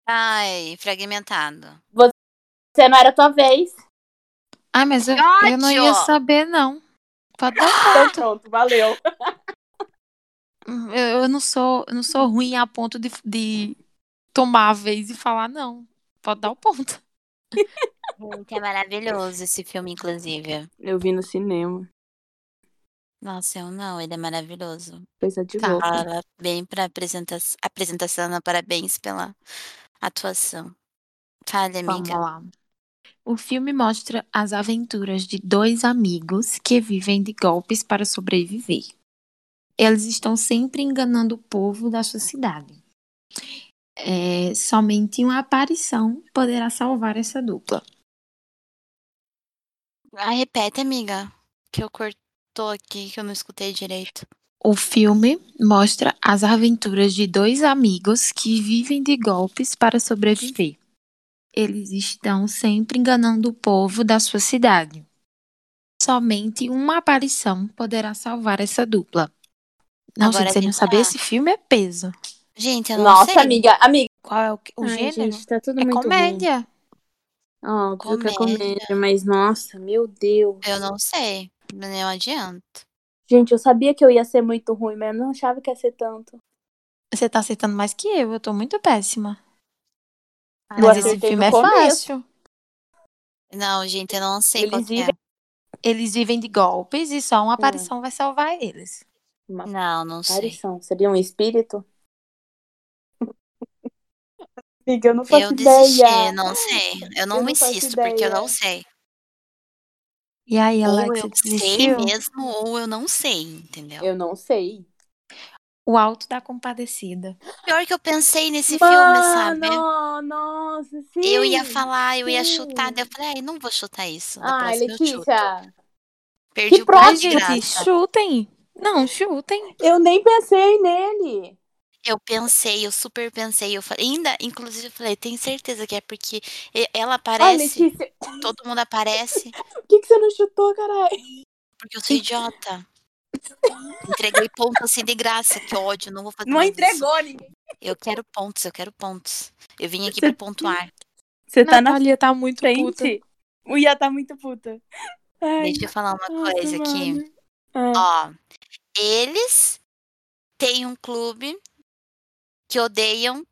S2: Ai, fragmentado.
S4: Você não era tua vez.
S3: Ah, mas eu,
S2: Que
S3: eu não ia
S2: ódio!
S3: saber, não. Pode dar
S4: Então pronto, valeu.
S3: um, Eu, eu não sou, eu não sou ruim a ponto de, de tomar a vez e falar, não, pode dar o ponto.
S2: Gente, é maravilhoso esse filme, inclusive.
S4: Eu vi no cinema.
S2: Nossa, eu não, ele é maravilhoso.
S4: Coisa de
S3: Tá.
S4: louco.
S2: Parabéns para apresenta apresentação, não, parabéns pela atuação. Fale,
S3: Vamos
S2: amiga.
S3: lá. O filme mostra as aventuras de dois amigos que vivem de golpes para sobreviver. Eles estão sempre enganando o povo da sua cidade. É, somente uma aparição poderá salvar essa dupla.
S2: Ah, repete, amiga, que eu cortou aqui, que eu não escutei direito.
S3: O filme mostra as aventuras de dois amigos que vivem de golpes para sobreviver. Eles estão sempre enganando o povo da sua cidade. Somente uma aparição poderá salvar essa dupla. Nossa,
S2: Agora
S3: você não
S2: adianta.
S3: saber esse filme é peso.
S2: Gente, eu não
S6: Nossa,
S2: sei.
S6: amiga, amiga.
S3: Qual é o, o
S4: Ai,
S3: gênero?
S4: gente, tá tudo
S3: é
S4: muito ruim.
S3: comédia.
S4: Óbvio que é
S2: Comédia.
S4: comédia, mas nossa, meu Deus.
S2: Eu não sei, não adianto.
S4: Gente, eu sabia que eu ia ser muito ruim, mas eu não achava que ia ser tanto.
S3: Você tá acertando mais que eu, eu tô muito péssima.
S2: Ah,
S3: Mas esse
S4: acertei
S3: filme
S4: no
S3: é
S4: começo.
S3: fácil.
S2: Não, gente, eu não sei
S4: Eles
S2: qual que é.
S4: vivem-
S3: Eles vivem de golpes e só uma aparição vai salvar eles.
S4: Uma
S2: Não, não sei.
S4: aparição. Seria um espírito? Amiga, eu não faço
S2: eu
S4: ideia.
S2: desisti, não sei. Eu não,
S4: não faço
S2: insisto, porque eu
S4: ideia.
S2: não sei.
S3: E aí, Alex,
S2: ou eu sei
S3: desistiu?
S2: mesmo, ou eu não sei, entendeu?
S4: Eu não sei.
S3: O Alto da Compadecida.
S2: Pior que eu pensei nesse
S4: Mano,
S2: filme, sabe?
S4: Nossa, sim.
S2: Eu ia falar, eu ia chutar,
S4: sim.
S2: daí eu falei, ai, não vou chutar isso. Na
S4: Ai,
S2: próxima eu chuto.
S4: Letícia.
S2: Perdi o
S3: Ai,
S2: ponto de
S3: gente,
S2: graça.
S3: chutem. Não, chutem.
S4: Eu nem pensei nele.
S2: Eu pensei, eu super pensei. Eu falei, ainda, inclusive, eu falei, tenho certeza que é porque e- ela
S4: Ai,
S2: aparece,
S4: Letícia,
S2: todo mundo aparece,
S4: por que, que você não chutou, caralho?
S2: porque eu sou idiota. Entreguei pontos assim de graça, que ódio, não vou fazer mais isso.
S4: ninguém.
S2: Eu quero pontos, eu quero pontos. Eu vim aqui
S4: Você-
S2: pra pontuar.
S4: Você tá na
S3: Natalia tá muito puta.
S4: frente. O Ia tá muito puta. Ai,
S2: Deixa eu falar uma
S4: nossa,
S2: coisa aqui.
S4: mano. Ah.
S2: Ó, eles têm um clube que odeiam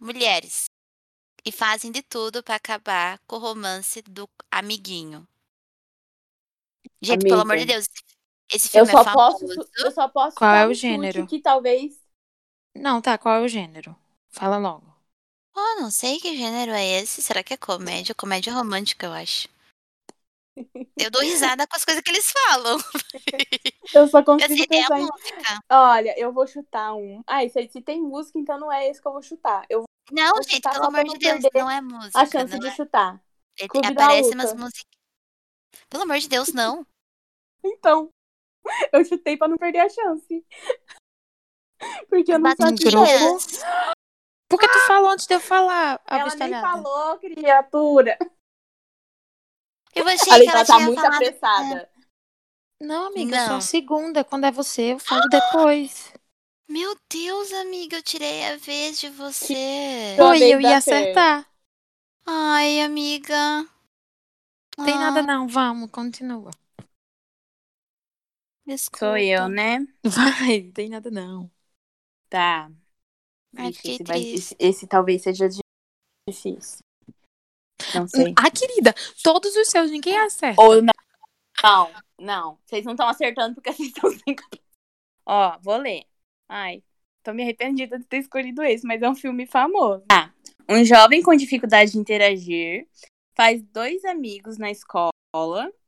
S2: mulheres e fazem de tudo pra acabar com o romance do amiguinho. Gente, pelo amor de
S4: Amiga.
S2: Deus, esse
S4: Eu
S2: filme
S4: só
S2: é famoso.
S4: posso, eu só posso
S3: Qual
S4: dar
S3: é o
S4: um
S3: gênero?
S4: chute que talvez
S3: Não, tá, qual é o gênero? Fala logo.
S2: Oh, não sei que gênero é esse. Será que é comédia? Comédia romântica, eu acho. Eu dou risada com as coisas que eles falam.
S4: eu é um só
S2: Eu
S4: consigo
S2: sei nem a
S4: pensar em.
S2: música.
S4: Olha, eu vou chutar um. Ai, se, se tem música, então não é esse que eu vou chutar. Eu vou
S2: Não,
S4: Vou
S2: gente,
S4: chutar
S2: pelo
S4: tá só pra
S2: amor
S4: não
S2: de Deus,
S4: perder
S2: não é música.
S4: a chance
S2: não
S4: de
S2: é.
S4: chutar.
S2: Ele-
S4: Clube da
S2: Aparece umas
S4: Luta.
S2: músicas. Pelo amor de Deus, não.
S4: Então, eu chutei pra não perder a chance. Porque eu não sabia.
S2: Batutinhas.
S3: Por que tu falou antes de eu falar,
S4: Ah! Ela nem
S3: abestalhada?
S4: falou, criatura.
S2: Eu achei
S4: Ela,
S2: que ela
S4: tá
S2: tinha
S4: muito
S2: falado.
S4: apressada.
S3: Não, amiga, só
S2: Não.
S3: a segunda. Quando é você, eu falo depois.
S2: Meu Deus, amiga, eu tirei a vez de você.
S4: Sua
S3: Foi,
S4: vez
S3: eu
S4: da
S3: ia
S4: Fer.
S3: acertar.
S2: Ai, amiga.
S3: Tem nada
S2: Ah,
S3: não, vamos, continua.
S2: Desculpa.
S4: Sou eu, né?
S3: Vai, tem nada não.
S4: Tá.
S2: Ai,
S4: Vixe,
S2: fiquei
S4: esse, vai-
S2: triste.
S4: esse- esse talvez seja di- difícil. Não sei.
S3: Ah, querida, todos os seus ninguém acerta.
S4: Ou não. Não, não. Vocês não estão acertando porque vocês estão sem cabeça. Ó, vou ler. Ai, tô me arrependida de ter escolhido esse, mas é um filme famoso. Tá. Um jovem com dificuldade de interagir faz dois amigos na escola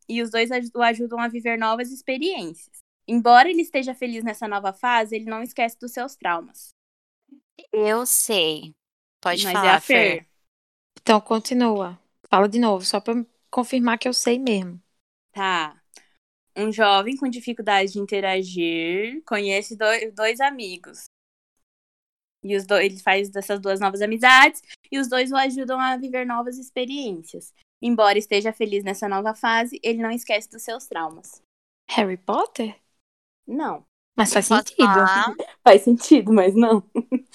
S4: e os dois aj- o ajudam a viver novas experiências. Embora ele esteja feliz nessa nova fase, ele não esquece dos seus traumas.
S2: Eu sei. Pode
S4: mas
S2: falar,
S4: é a Fer.
S3: Então, continua. Fala de novo, só pra eu confirmar que eu sei mesmo.
S4: Tá. Um jovem com dificuldade de interagir conhece do- dois amigos. E os dois, ele faz dessas duas novas amizades e os dois o ajudam a viver novas experiências. Embora esteja feliz nessa nova fase, ele não esquece dos seus traumas.
S3: Harry Potter?
S4: Não.
S3: Mas faz
S2: Posso
S3: sentido.
S2: falar?
S4: Faz sentido, mas não.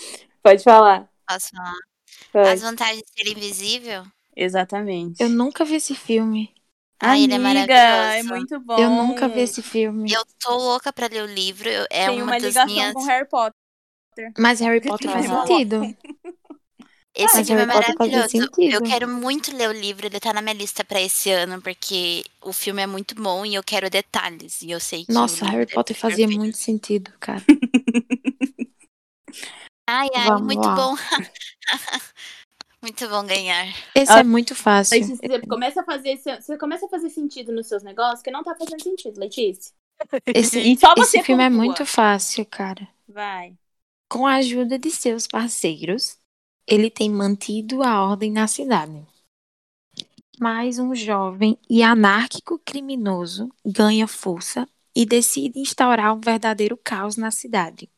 S4: Pode falar.
S2: Posso falar? As
S4: Pode.
S2: vantagens de ser invisível?
S4: Exatamente.
S3: Eu nunca vi esse filme.
S2: Ah, ele é
S4: Amiga,
S2: maravilhoso.
S4: é muito bom.
S3: Eu nunca vi esse filme.
S2: Eu tô louca pra ler o livro. eu- É
S4: Tem
S2: uma,
S4: uma
S2: das
S4: ligação
S2: minhas.
S4: com Harry Potter.
S3: Mas Harry Potter faz
S2: Nossa.
S3: sentido.
S2: Esse
S3: mas
S2: filme é
S3: Harry Potter fazia
S2: maravilhoso. Eu
S3: sentido.
S2: quero muito ler o livro, ele tá na minha lista pra esse ano, porque o filme é muito bom e eu quero detalhes. E eu sei que. o
S3: Nossa,
S2: livro
S3: Harry
S2: é
S3: Potter fazia
S2: perfeito.
S3: muito sentido, cara.
S2: Ai, ai,
S3: Vamos
S2: muito
S3: lá.
S2: bom. muito bom ganhar.
S3: Esse
S4: Ah,
S3: é muito fácil.
S6: Letícia, você começa, a fazer, esse- você começa a fazer sentido nos seus negócios que não tá fazendo sentido, Letícia.
S3: Esse,
S4: E só
S3: esse
S4: você
S3: filme é
S4: pontua.
S3: muito fácil, cara.
S6: Vai.
S3: Com a ajuda de seus parceiros, ele tem mantido a ordem na cidade. Mas um jovem e anárquico criminoso ganha força e decide instaurar um verdadeiro caos na cidade.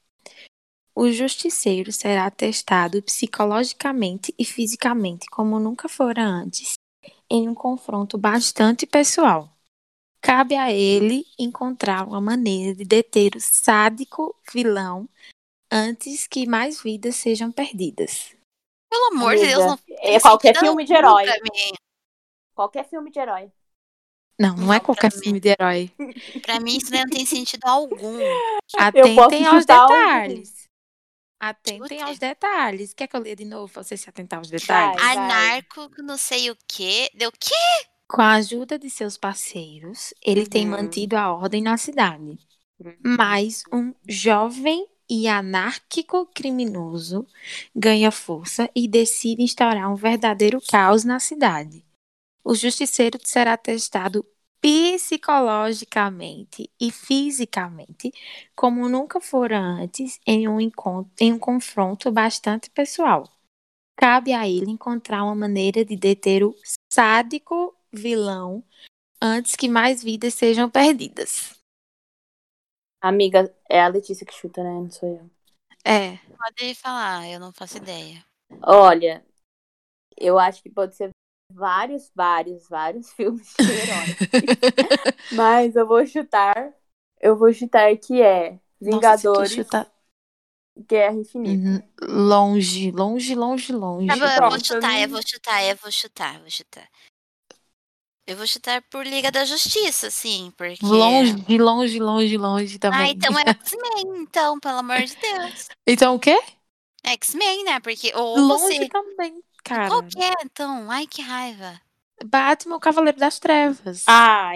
S3: O justiceiro será testado psicologicamente e fisicamente como nunca fora antes, em um confronto bastante pessoal. Cabe a ele encontrar uma maneira de deter o sádico vilão antes que mais vidas sejam perdidas.
S2: Pelo amor de Deus,
S4: Amiga,
S2: não
S4: É qualquer
S2: sentido
S4: filme de
S2: algum
S4: herói.
S2: Pra mim.
S4: Qualquer filme de herói.
S3: Não, não
S2: Não, pra
S3: é qualquer
S2: mim.
S3: filme de herói.
S2: Pra mim, isso daí não tem sentido algum.
S4: posso
S3: Atentem aos
S4: chutar um
S3: detalhes. Atentem
S2: Chute.
S3: aos detalhes. Quer que eu leia de novo pra você se atentar aos
S4: Vai.
S3: detalhes?
S2: Anarco, não sei o quê. Deu quê?
S3: Com a ajuda de seus parceiros, ele tem
S4: Uhum.
S3: mantido a ordem na cidade. Mas um jovem e anárquico criminoso ganha força e decide instaurar um verdadeiro caos na cidade. O justiceiro será testado psicologicamente e fisicamente como nunca fora antes em um, encon- em um confronto bastante pessoal. Cabe a ele encontrar uma maneira de deter o sádico vilão antes que mais vidas sejam perdidas.
S4: Amiga, é a Letícia que chuta, né? Não sou eu.
S3: É,
S2: Pode falar, eu não faço ideia.
S4: Olha, eu acho que pode ser vários, vários, vários filmes de herói. Mas eu vou chutar. Eu vou chutar que é Vingadores,
S3: Nossa, tá se tu chutar-
S4: Guerra Infinita.
S3: Uhum, longe, longe, longe, longe.
S2: Tá bom, eu vou
S4: pronto,
S2: chutar,
S4: eu
S2: eu
S4: não-
S2: vou chutar, eu vou chutar, eu vou chutar. Eu vou chutar por Liga da Justiça, sim, porque.
S3: Longe, longe, longe, longe também.
S2: Ah, então é X-Men, então, pelo amor de Deus.
S3: Então o quê?
S2: É X-Men, né? Porque. Ou
S3: Longe
S2: você.
S3: também, cara.
S2: Qual que é, então? Ai, que raiva.
S3: Batman, o Cavaleiro das Trevas.
S4: Ah,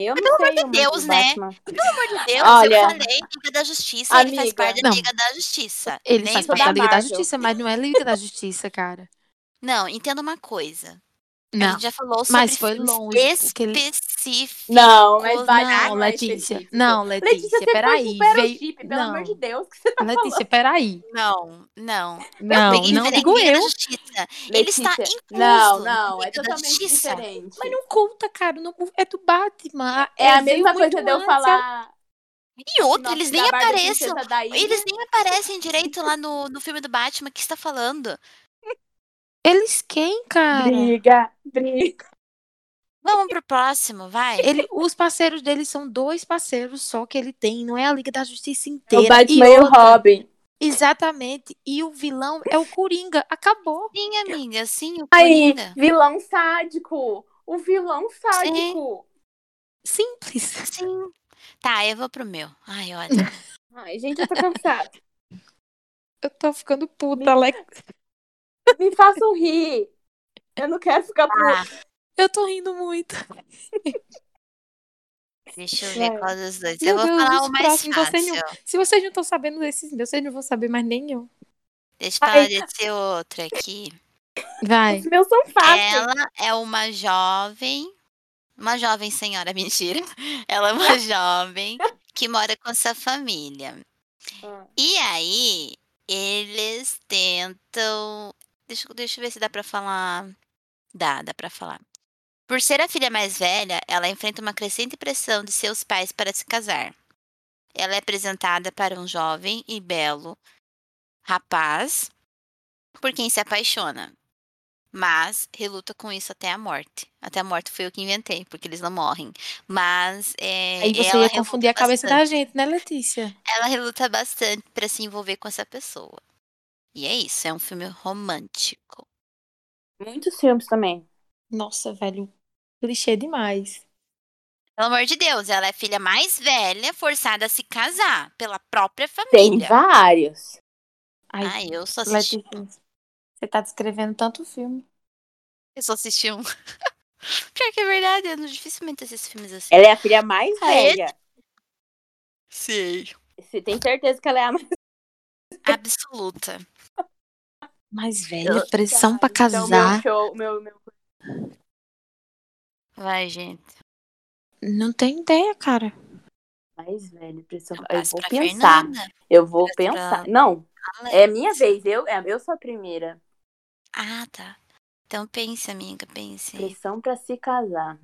S4: eu não sei.
S2: de
S4: uma
S2: Deus,
S4: do
S2: né?
S4: Batman.
S2: Pelo amor de Deus,
S4: Olha,
S2: eu falei Liga da Justiça, ele faz
S4: amiga,
S2: parte da
S3: não.
S2: Liga da Justiça.
S3: Ele
S2: Nem
S3: faz
S4: sou
S3: parte da
S4: da
S3: Liga da
S4: Marvel.
S3: Justiça, mas não é Liga da Justiça, cara.
S2: Não, entenda uma coisa. A
S3: Não.
S2: gente já falou sobre
S3: Mas foi
S2: filmes
S3: longe, porque ele-
S2: específicos. né?
S4: Não, mas Batman
S3: Não,
S4: não é
S3: Letícia.
S4: específico.
S3: Não,
S4: Letícia,
S3: Letícia,
S4: você foi
S3: peraí.
S4: super
S3: veio-
S4: chip, pelo
S3: Não,
S4: amor de Deus, que você tá
S3: Letícia, peraí.
S2: Não, não.
S3: Não,
S2: Peguei e
S3: não
S2: falei
S3: digo
S2: Liga da
S3: eu.
S2: Justiça.
S4: falando.
S2: Ele está
S4: Letícia,
S2: incluso
S4: Não,
S2: na
S4: não, é
S2: Liga da
S4: totalmente
S2: Justiça.
S4: diferente.
S3: Mas não conta, cara. não- é do Batman.
S4: É a
S3: veio
S4: mesma
S3: muito
S4: coisa de eu
S3: antes, é
S4: falar.
S2: E outra,
S4: sinopse
S2: eles
S4: da
S2: nem
S4: Barbie
S2: aparecem.
S4: Princesa da Ilha.
S2: Eles nem aparecem direito lá no, no filme do Batman que está falando.
S3: Eles quem, cara?
S4: Briga, briga.
S2: Vamos pro próximo, vai.
S3: Ele, os parceiros dele são dois parceiros só que ele tem, não é a Liga da Justiça inteira.
S4: O Batman e o
S3: outra-
S4: Robin.
S3: Exatamente. E o vilão é o Coringa. Acabou.
S2: Sim, amiga, sim, o
S4: Aí,
S2: Coringa.
S4: vilão sádico. O vilão sádico.
S3: Simples.
S2: Sim. Tá, eu vou pro meu. Ai, olha.
S4: Ai, gente, eu tô cansada.
S3: Eu tô ficando puta, Alex.
S4: Me façam rir. Eu não quero
S3: Ah.
S4: ficar por.
S3: Eu tô rindo muito.
S2: Deixa eu ver
S4: Vai.
S2: qual dos dois.
S3: Meu
S2: eu vou
S3: Deus,
S2: falar
S3: os
S2: o mais
S3: próximos, você
S2: fácil.
S3: não- Se vocês não estão sabendo desses meus, vocês não vão saber mais nenhum.
S2: Deixa eu falar desse outro aqui.
S3: Vai.
S4: Os meus são fáceis.
S2: Ela é uma jovem, uma jovem senhora, mentira. Ela é uma jovem que mora com sua família.
S4: Ah.
S2: E aí, eles tentam. Deixa, eu- deixa eu ver se dá pra falar. Dá, dá pra falar. Por ser a filha mais velha, ela enfrenta uma crescente pressão de seus pais para se casar. Ela é apresentada para um jovem e belo rapaz por quem se apaixona. Mas reluta com isso até a morte. Até a morte foi eu que inventei, porque eles não morrem. Mas é,
S3: Aí você
S2: ela
S3: ia confundir a
S2: reluta
S3: cabeça
S2: bastante-
S3: da gente, né, Letícia?
S2: Ela reluta bastante para se envolver com essa pessoa. E é isso, é um filme romântico.
S4: Muitos filmes também.
S3: Nossa, velho. Clichê demais.
S2: Pelo amor de Deus, ela é a filha mais velha, forçada a se casar pela própria
S4: Tem
S2: família.
S4: vários. é
S3: Ai,
S2: Ah, eu só assisti.
S3: Letícia.
S6: Você tá descrevendo tanto filme.
S2: Eu só assisti um. Pior que é verdade, eu não- dificilmente assisto filmes assim.
S4: Ela é a filha mais
S2: Ah, é?
S4: velha.
S2: Sei.
S4: Você tem certeza que ela é a mais
S2: Absoluta.
S3: Mas, velha, pressão pra
S4: Então, meu
S3: casar.
S4: show, meu, meu...
S2: Vai, gente.
S3: Não tenho ideia, cara.
S4: mais velho. pressão-
S2: Um
S4: Eu
S2: passo
S4: vou
S2: pra
S4: pensar.
S2: Fernanda.
S4: Eu vou
S2: Passo pra
S4: pensar. Não, é minha vez. Eu, é, eu sou a primeira.
S2: Ah, tá. Então pense, amiga, pense.
S4: Pressão pra se casar.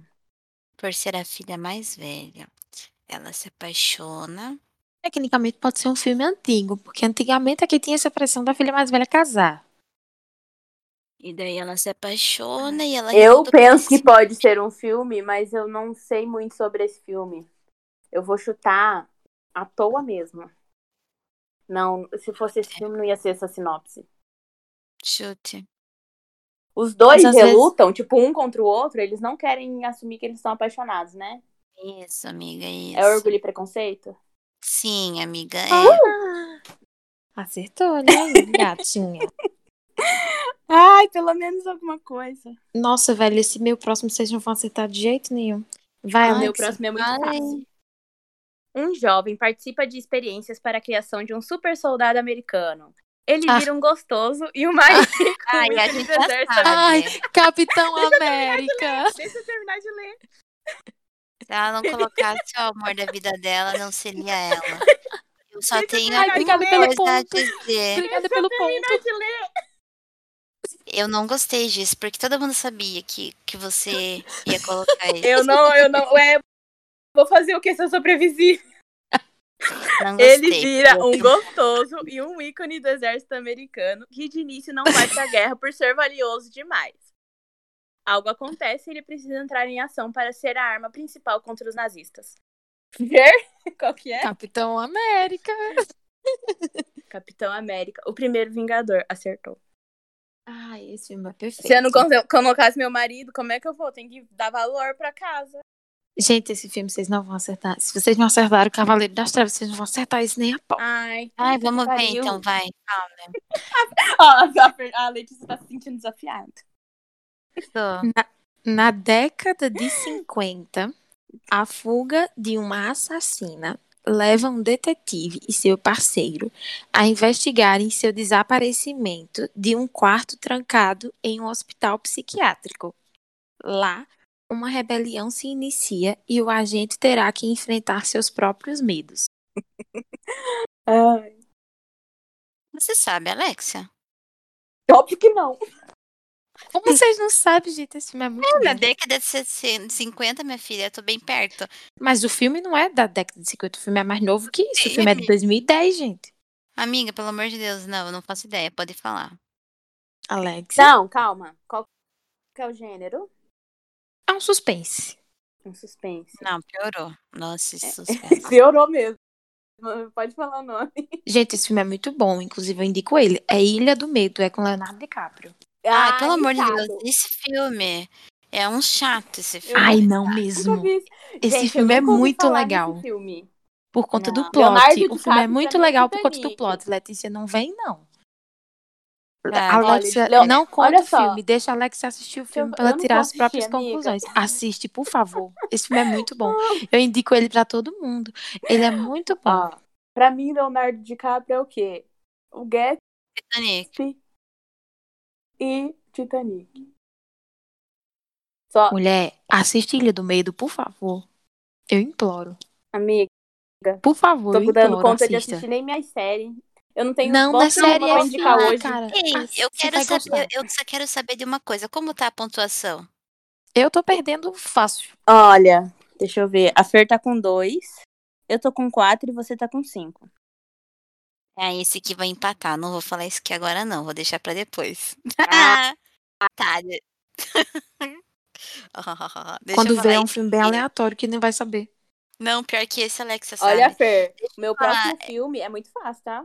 S2: Por ser a filha mais velha, ela se apaixona.
S3: Tecnicamente pode ser um filme antigo, porque antigamente aqui tinha essa pressão da filha mais velha casar.
S2: E daí ela se apaixona e ela.
S4: Eu
S2: resolve
S4: penso que
S2: se-
S4: pode ser um filme, mas eu não sei muito sobre esse filme. Eu vou chutar à toa mesmo. Não, se fosse esse filme, não ia ser essa sinopse.
S2: Chute.
S4: Os dois
S3: Mas às
S4: relutam, tipo, um contra o outro, eles não querem assumir que eles são apaixonados, né?
S2: Isso, amiga, isso.
S4: É orgulho e preconceito?
S2: Sim, amiga, é.
S3: Acertou, olha aí, gatinha.
S6: Ai, pelo menos alguma coisa.
S3: Nossa, velho, esse meu próximo vocês não vão acertar de jeito nenhum. Vai,
S4: O
S3: Alex.
S4: meu próximo é muito fácil. Um jovem participa de experiências para a criação de um super soldado americano. Ele
S3: Ah.
S4: vira um gostoso e o mais rico
S2: Ai, a
S4: do
S2: gente já sabe.
S4: deserto.
S3: Ai, Capitão América.
S4: Deixa eu terminar de ler.
S2: Se ela não colocasse o amor da vida dela, não seria ela. Eu só tenho
S3: Ai,
S2: uma
S3: obrigada pelo
S2: coisa a
S3: ponto.
S2: dizer.
S3: Obrigada pelo ponto.
S2: Eu não gostei disso, porque todo mundo sabia que, que você ia colocar isso.
S4: Eu não, eu não. Ué, vou fazer o que se eu sou previsível?
S2: Não gostei.
S4: Ele vira
S2: Eu-
S4: um gostoso e um ícone do exército americano que de início não vai pra guerra por ser valioso demais. Algo acontece e ele precisa entrar em ação para ser a arma principal contra os nazistas. Ver? Qual que é?
S3: Capitão América.
S4: Capitão América, o primeiro Vingador, acertou.
S3: Ai, esse filme é perfeito.
S4: Se eu não con- colocasse meu marido, como é que eu vou? Tem que dar valor pra casa.
S3: Gente, esse filme vocês não vão acertar. Se vocês não acertaram o Cavaleiro das Trevas, vocês não vão acertar isso nem a pau.
S4: Ai,
S2: Ai,
S4: puta
S2: vamos
S4: que
S2: ver
S4: pariu.
S2: então, vai.
S4: Ó, a Fer- a Letícia tá se sentindo desafiada.
S2: Isso.
S3: Na década de 50, a fuga de uma assassina leva um detetive e seu parceiro a investigarem seu desaparecimento de um quarto trancado em um hospital psiquiátrico. Lá, uma rebelião se inicia e o agente terá que enfrentar seus próprios medos.
S2: Você sabe, Alexia?
S4: Óbvio que não.
S3: Como vocês não sabem, gente, esse filme é muito
S2: Na
S3: lindo.
S2: década de 60, 50, minha filha, eu tô bem perto.
S3: Mas o filme não é da década de 50, o filme é mais novo que isso. O filme é de
S2: Filme.
S3: 2010, gente.
S2: Amiga, pelo amor de Deus, não, eu não faço ideia, pode falar.
S3: Alex.
S4: Não, calma. Qual que é o gênero?
S3: É um suspense.
S4: Um suspense.
S2: Não, piorou. Nossa, isso suspense.
S4: Piorou mesmo. Pode falar o nome.
S3: Gente, esse filme é muito bom, inclusive eu indico ele. É Ilha do Medo, é com Leonardo DiCaprio.
S2: Ai, tá pelo amor de
S4: Ricardo,
S2: Deus, esse filme é um chato, esse filme.
S3: Ai, não
S4: nunca
S3: mesmo.
S4: vi isso.
S3: Esse
S4: Gente, eu
S3: filme é
S4: nunca ouvi
S3: muito
S4: falar
S3: legal.
S4: desse filme.
S3: Por conta do
S4: Não.
S3: plot.
S4: Leonardo
S3: o filme é
S4: DiCaprio
S3: muito
S4: também é
S3: legal por conta do
S4: Titanic.
S3: plot. Letícia, não vem, não.
S2: Tá,
S3: Alexia,
S4: É, olha, Leo-
S3: não conta
S4: olha
S3: o
S4: só.
S3: filme. Deixa a Alexia assistir o filme
S4: eu-
S3: pra ela
S4: eu não
S3: tirar
S4: vou
S3: as próprias
S4: assistir, amiga.
S3: conclusões. Assiste, por favor. Esse filme é muito bom. Eu indico ele pra todo mundo. Ele é muito bom.
S4: Ó, pra mim, Leonardo DiCaprio é o quê? O Get
S2: Titanic.
S4: e Titanic. Só,
S3: Mulher, assiste Ilha do Medo, por favor. Eu imploro.
S4: amiga,
S3: Por favor,
S4: tô
S3: eu
S4: dando
S3: imploro,
S4: conta de
S3: assista.
S4: assistir nem minhas séries. Eu não tenho
S3: Não,
S4: bosta
S3: na série
S4: nenhuma
S3: é
S4: pra indicar
S3: assim,
S4: hoje.
S3: cara.
S2: Ei,
S3: Assi-
S2: Ah, eu
S3: você
S2: quero
S3: vai
S2: saber,
S3: gostar.
S2: eu só quero saber de uma coisa, como tá a pontuação?
S3: Eu tô perdendo fácil.
S4: Olha, deixa eu ver. A Fer tá com dois, eu tô com quatro e você tá com cinco.
S2: É esse que vai empatar, não vou falar isso aqui agora não, vou deixar pra depois.
S4: Ah.
S2: tá. de- Ó, Deixa eu
S3: Quando
S2: falar
S3: vê é um
S2: isso
S3: filme bem
S2: aqui.
S3: aleatório que nem vai saber.
S2: Não, pior que esse, Alexa, sabe?
S4: Olha, Fer, o meu
S2: falar.
S4: próximo filme é muito fácil, tá?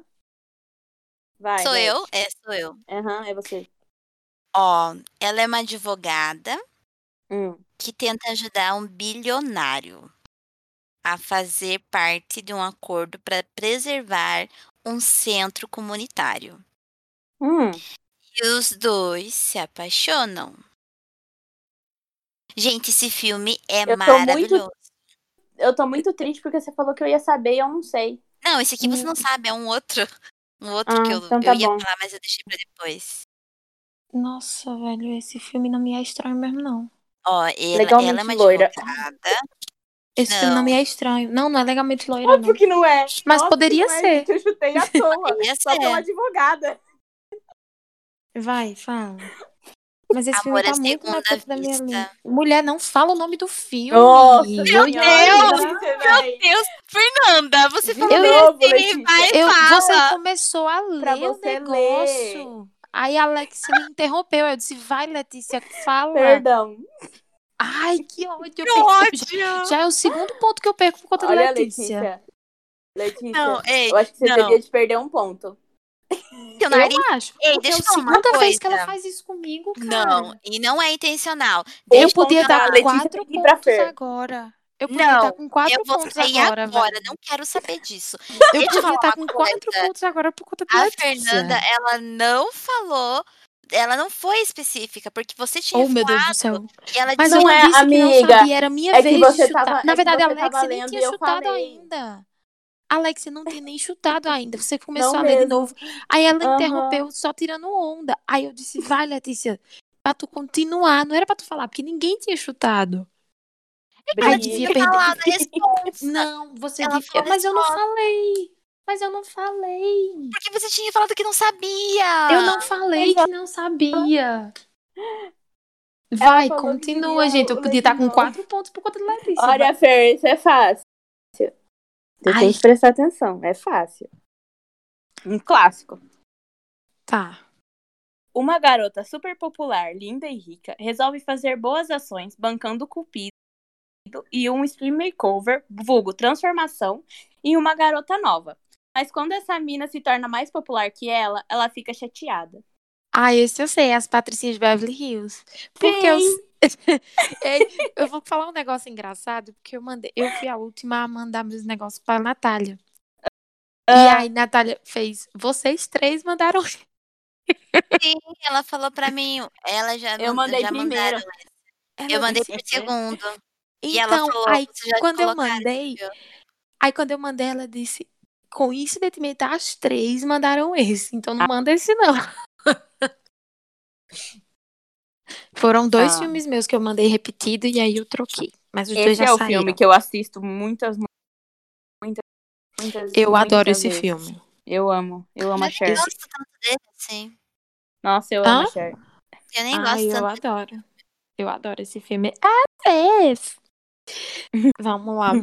S4: Vai.
S2: sou
S4: Beth.
S2: eu? É, sou eu.
S4: Aham, é você.
S2: Ó, ela é uma advogada
S4: Hum.
S2: que tenta ajudar um bilionário a fazer parte de um acordo para preservar um centro comunitário.
S4: Hum.
S2: E os dois se apaixonam. Gente, esse filme é
S4: tô muito-
S2: maravilhoso.
S4: Eu tô muito triste porque você falou que eu ia saber e eu não sei.
S2: Não, esse aqui você não sabe, é um outro. Um outro
S4: Hum. Ah,
S2: que eu,
S4: então tá
S2: eu ia
S4: bom.
S2: falar, mas eu deixei pra depois.
S3: Nossa, velho, esse filme não me é estranho mesmo, não.
S2: Ó, ela,
S4: Legalmente
S2: ela é uma
S4: loira.
S2: advogada.
S3: Esse filme não
S2: Não.
S3: me é estranho. Não, não é legalmente loira, não.
S4: que não é.
S3: Mas
S4: Óbvio
S3: poderia
S4: que não é,
S3: ser.
S4: gente, eu chutei à toa.
S2: Poderia
S4: só
S2: ser.
S4: pela advogada.
S3: Vai, fala. Mas esse
S2: Amor à
S3: filme tá muito na
S2: segunda
S3: frente da minha
S2: vista.
S3: língua. Mulher, não fala o nome do filme.
S4: meu
S2: Deus!
S4: Meu
S2: Deus, Fernanda, você falou
S3: Eu-
S2: eu,
S4: novo, Letícia.
S2: vai
S3: Eu,
S2: fala.
S3: você começou a
S4: Pra
S3: ler o
S4: você
S3: negócio.
S4: ler.
S3: Aí a Alex me interrompeu. Eu disse, vai, Letícia, fala.
S4: Perdão.
S3: Ai, que ódio. eu
S2: Que
S3: perco-
S2: ódio!
S3: Já é o segundo ponto que eu perco por conta
S4: Olha,
S3: da Letícia.
S4: Letícia. Letícia,
S2: Não, ei,
S4: eu acho que você
S2: não.
S4: devia te perder um ponto.
S2: seu nariz.
S3: Eu acho.
S2: Ei,
S3: porque
S2: deixa
S3: é
S2: eu
S3: a
S2: falar uma
S3: segunda vez que ela
S2: coisa.
S3: faz isso comigo, cara.
S2: Não, e não é intencional.
S4: Deixa
S3: eu podia
S4: contar,
S3: dar
S4: Letícia,
S3: quatro
S4: tem que ir pra
S3: pontos
S4: Fer.
S3: agora. Eu podia
S2: Não,
S3: estar com quatro
S2: eu vou
S3: pontos
S2: sair
S3: agora,
S2: agora,
S3: velho.
S2: não quero saber disso.
S3: Eu
S2: Deixa eu
S3: podia
S2: falar
S3: estar
S2: uma
S3: com
S2: coisa.
S3: quatro pontos agora por conta da
S2: A
S3: Letícia.
S2: Fernanda, ela não falou, ela não foi específica, porque você tinha
S3: Oh, meu Deus do céu.
S2: falado e ela
S3: Mas
S2: disse
S3: eu
S4: não
S3: não
S4: é,
S3: disse que não
S4: amiga.
S3: sabia, era minha
S4: É que
S3: vez
S4: você
S3: de chutar.
S4: tava-
S3: Na
S4: é que
S3: verdade, a
S4: você tava
S3: Alex nem
S4: lendo e
S3: tinha
S4: eu
S3: chutado
S4: falei.
S3: ainda. Alex não tinha nem chutado ainda. Você começou
S4: Não
S3: a ler de
S4: mesmo.
S3: novo. Aí ela
S4: Aham.
S3: interrompeu só tirando onda. Aí eu disse, vai, Letícia, pra tu continuar. Não era pra tu falar, porque ninguém tinha chutado. Ai,
S4: Briguei.
S3: devia
S2: tinha falado a
S3: perder.
S2: resposta.
S3: Não, você
S2: Ela
S3: devia.
S2: falou
S4: assim,
S3: Mas eu não
S2: só.
S3: falei. Mas eu não falei.
S2: Porque você tinha falado que não sabia.
S3: Eu
S4: Ah,
S3: não falei que não sabia. Vai,
S4: falou que
S3: continua,
S4: queria
S3: gente.
S4: o
S3: Eu podia estar com
S4: leite
S3: quatro pontos por conta da Letícia.
S4: Olha, Fer, isso é fácil. Você
S3: Ai.
S4: tem que prestar atenção, é fácil. Um clássico.
S3: Tá.
S4: Uma garota super popular, linda e rica, resolve fazer boas ações bancando o cupido e um stream makeover, vulgo transformação, em uma garota nova. Mas quando essa mina se torna mais popular que ela, ela fica chateada.
S3: Ah, esse eu sei, as Patricinhas de Beverly Hills. Porque eu. Ei, eu vou falar um negócio engraçado, porque eu mandei, eu fui a última a mandar meus negócios pra Natália. E
S4: Ah.
S3: aí, Natália fez, vocês três mandaram.
S2: Ela falou pra mim, ela já
S4: Eu
S2: manda-
S4: mandei
S2: já
S4: primeiro.
S2: mandaram. Eu mandei por segundo.
S3: assim. Então,
S2: e ela falou,
S3: aí,
S2: "Vocês já
S3: quando eu
S2: colocaram,
S3: mandei,
S2: viu?"
S3: aí quando eu mandei, ela disse, coincidentemente, as três mandaram esse, então
S4: Ah.
S3: não manda esse não. Foram dois
S4: Ah.
S3: filmes meus que eu mandei repetido e aí eu troquei. Mas os dois
S4: Esse
S3: já
S4: é o
S3: saíram.
S4: filme que eu assisto muitas, mu- muitas, muitas
S3: Eu
S4: muitas
S3: adoro esse
S4: vezes.
S3: filme.
S4: Eu amo, eu amo a
S2: Eu
S4: Cher.
S2: nem gosto tanto dele, assim.
S4: Nossa, eu
S3: Hã?
S4: amo a Cher.
S2: Eu nem
S3: Ai,
S2: gosto
S3: eu
S2: tanto.
S3: adoro. Eu adoro esse filme. Até. Vamos lá.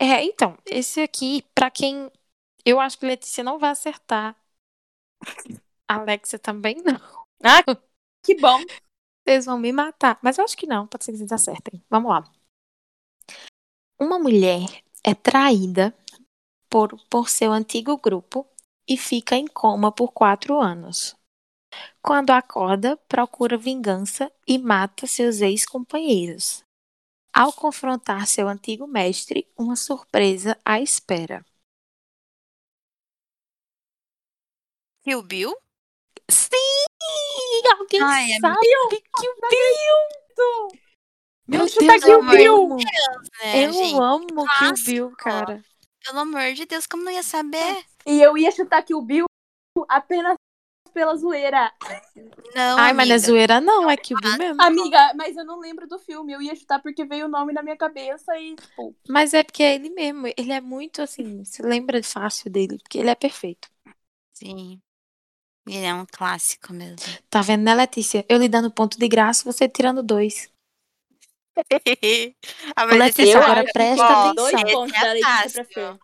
S3: É, então, esse aqui, pra quem. Eu acho que Letícia não vai acertar. Alexa também não.
S4: Que bom.
S3: Vocês vão me matar. Mas eu acho que não, pode ser que vocês acertem. Vamos lá. Uma mulher é traída por, por seu antigo grupo e fica em coma por quatro anos. Quando acorda, procura vingança e mata seus ex-companheiros. Ao confrontar seu antigo mestre, uma surpresa a espera.
S2: Kill Bill?
S3: Sim! Alguém
S2: Ai,
S3: sabe que o Bill! Meu Deus,
S4: Vamos
S2: tá
S4: chutar Kill
S3: eu
S2: Bill.
S3: amo!
S2: Né,
S3: eu
S2: gente?
S3: amo que o
S2: Clássico.
S3: Bill, cara.
S2: Pelo amor de Deus, como não ia saber?
S4: E eu ia chutar que o Bill apenas pela zoeira.
S2: Não,
S3: Ai, mas não é
S2: amiga.
S3: zoeira não, é que o Bill mesmo.
S4: Amiga, mas eu não lembro do filme. Eu ia chutar porque veio o nome na minha cabeça e, tipo,
S3: Mas é porque é ele mesmo, ele é muito assim, se lembra fácil dele, porque ele é perfeito.
S2: Sim. Ele é um clássico mesmo.
S3: Tá vendo, né, Letícia? Eu lhe dando ponto de graça, você tirando dois.
S2: ah, mas esse
S3: Letícia,
S2: eu
S3: agora
S2: acho
S3: presta
S2: bom.
S3: atenção.
S4: dois pontos
S2: Esse é
S4: da Letícia
S2: fácil.
S4: pra Fer.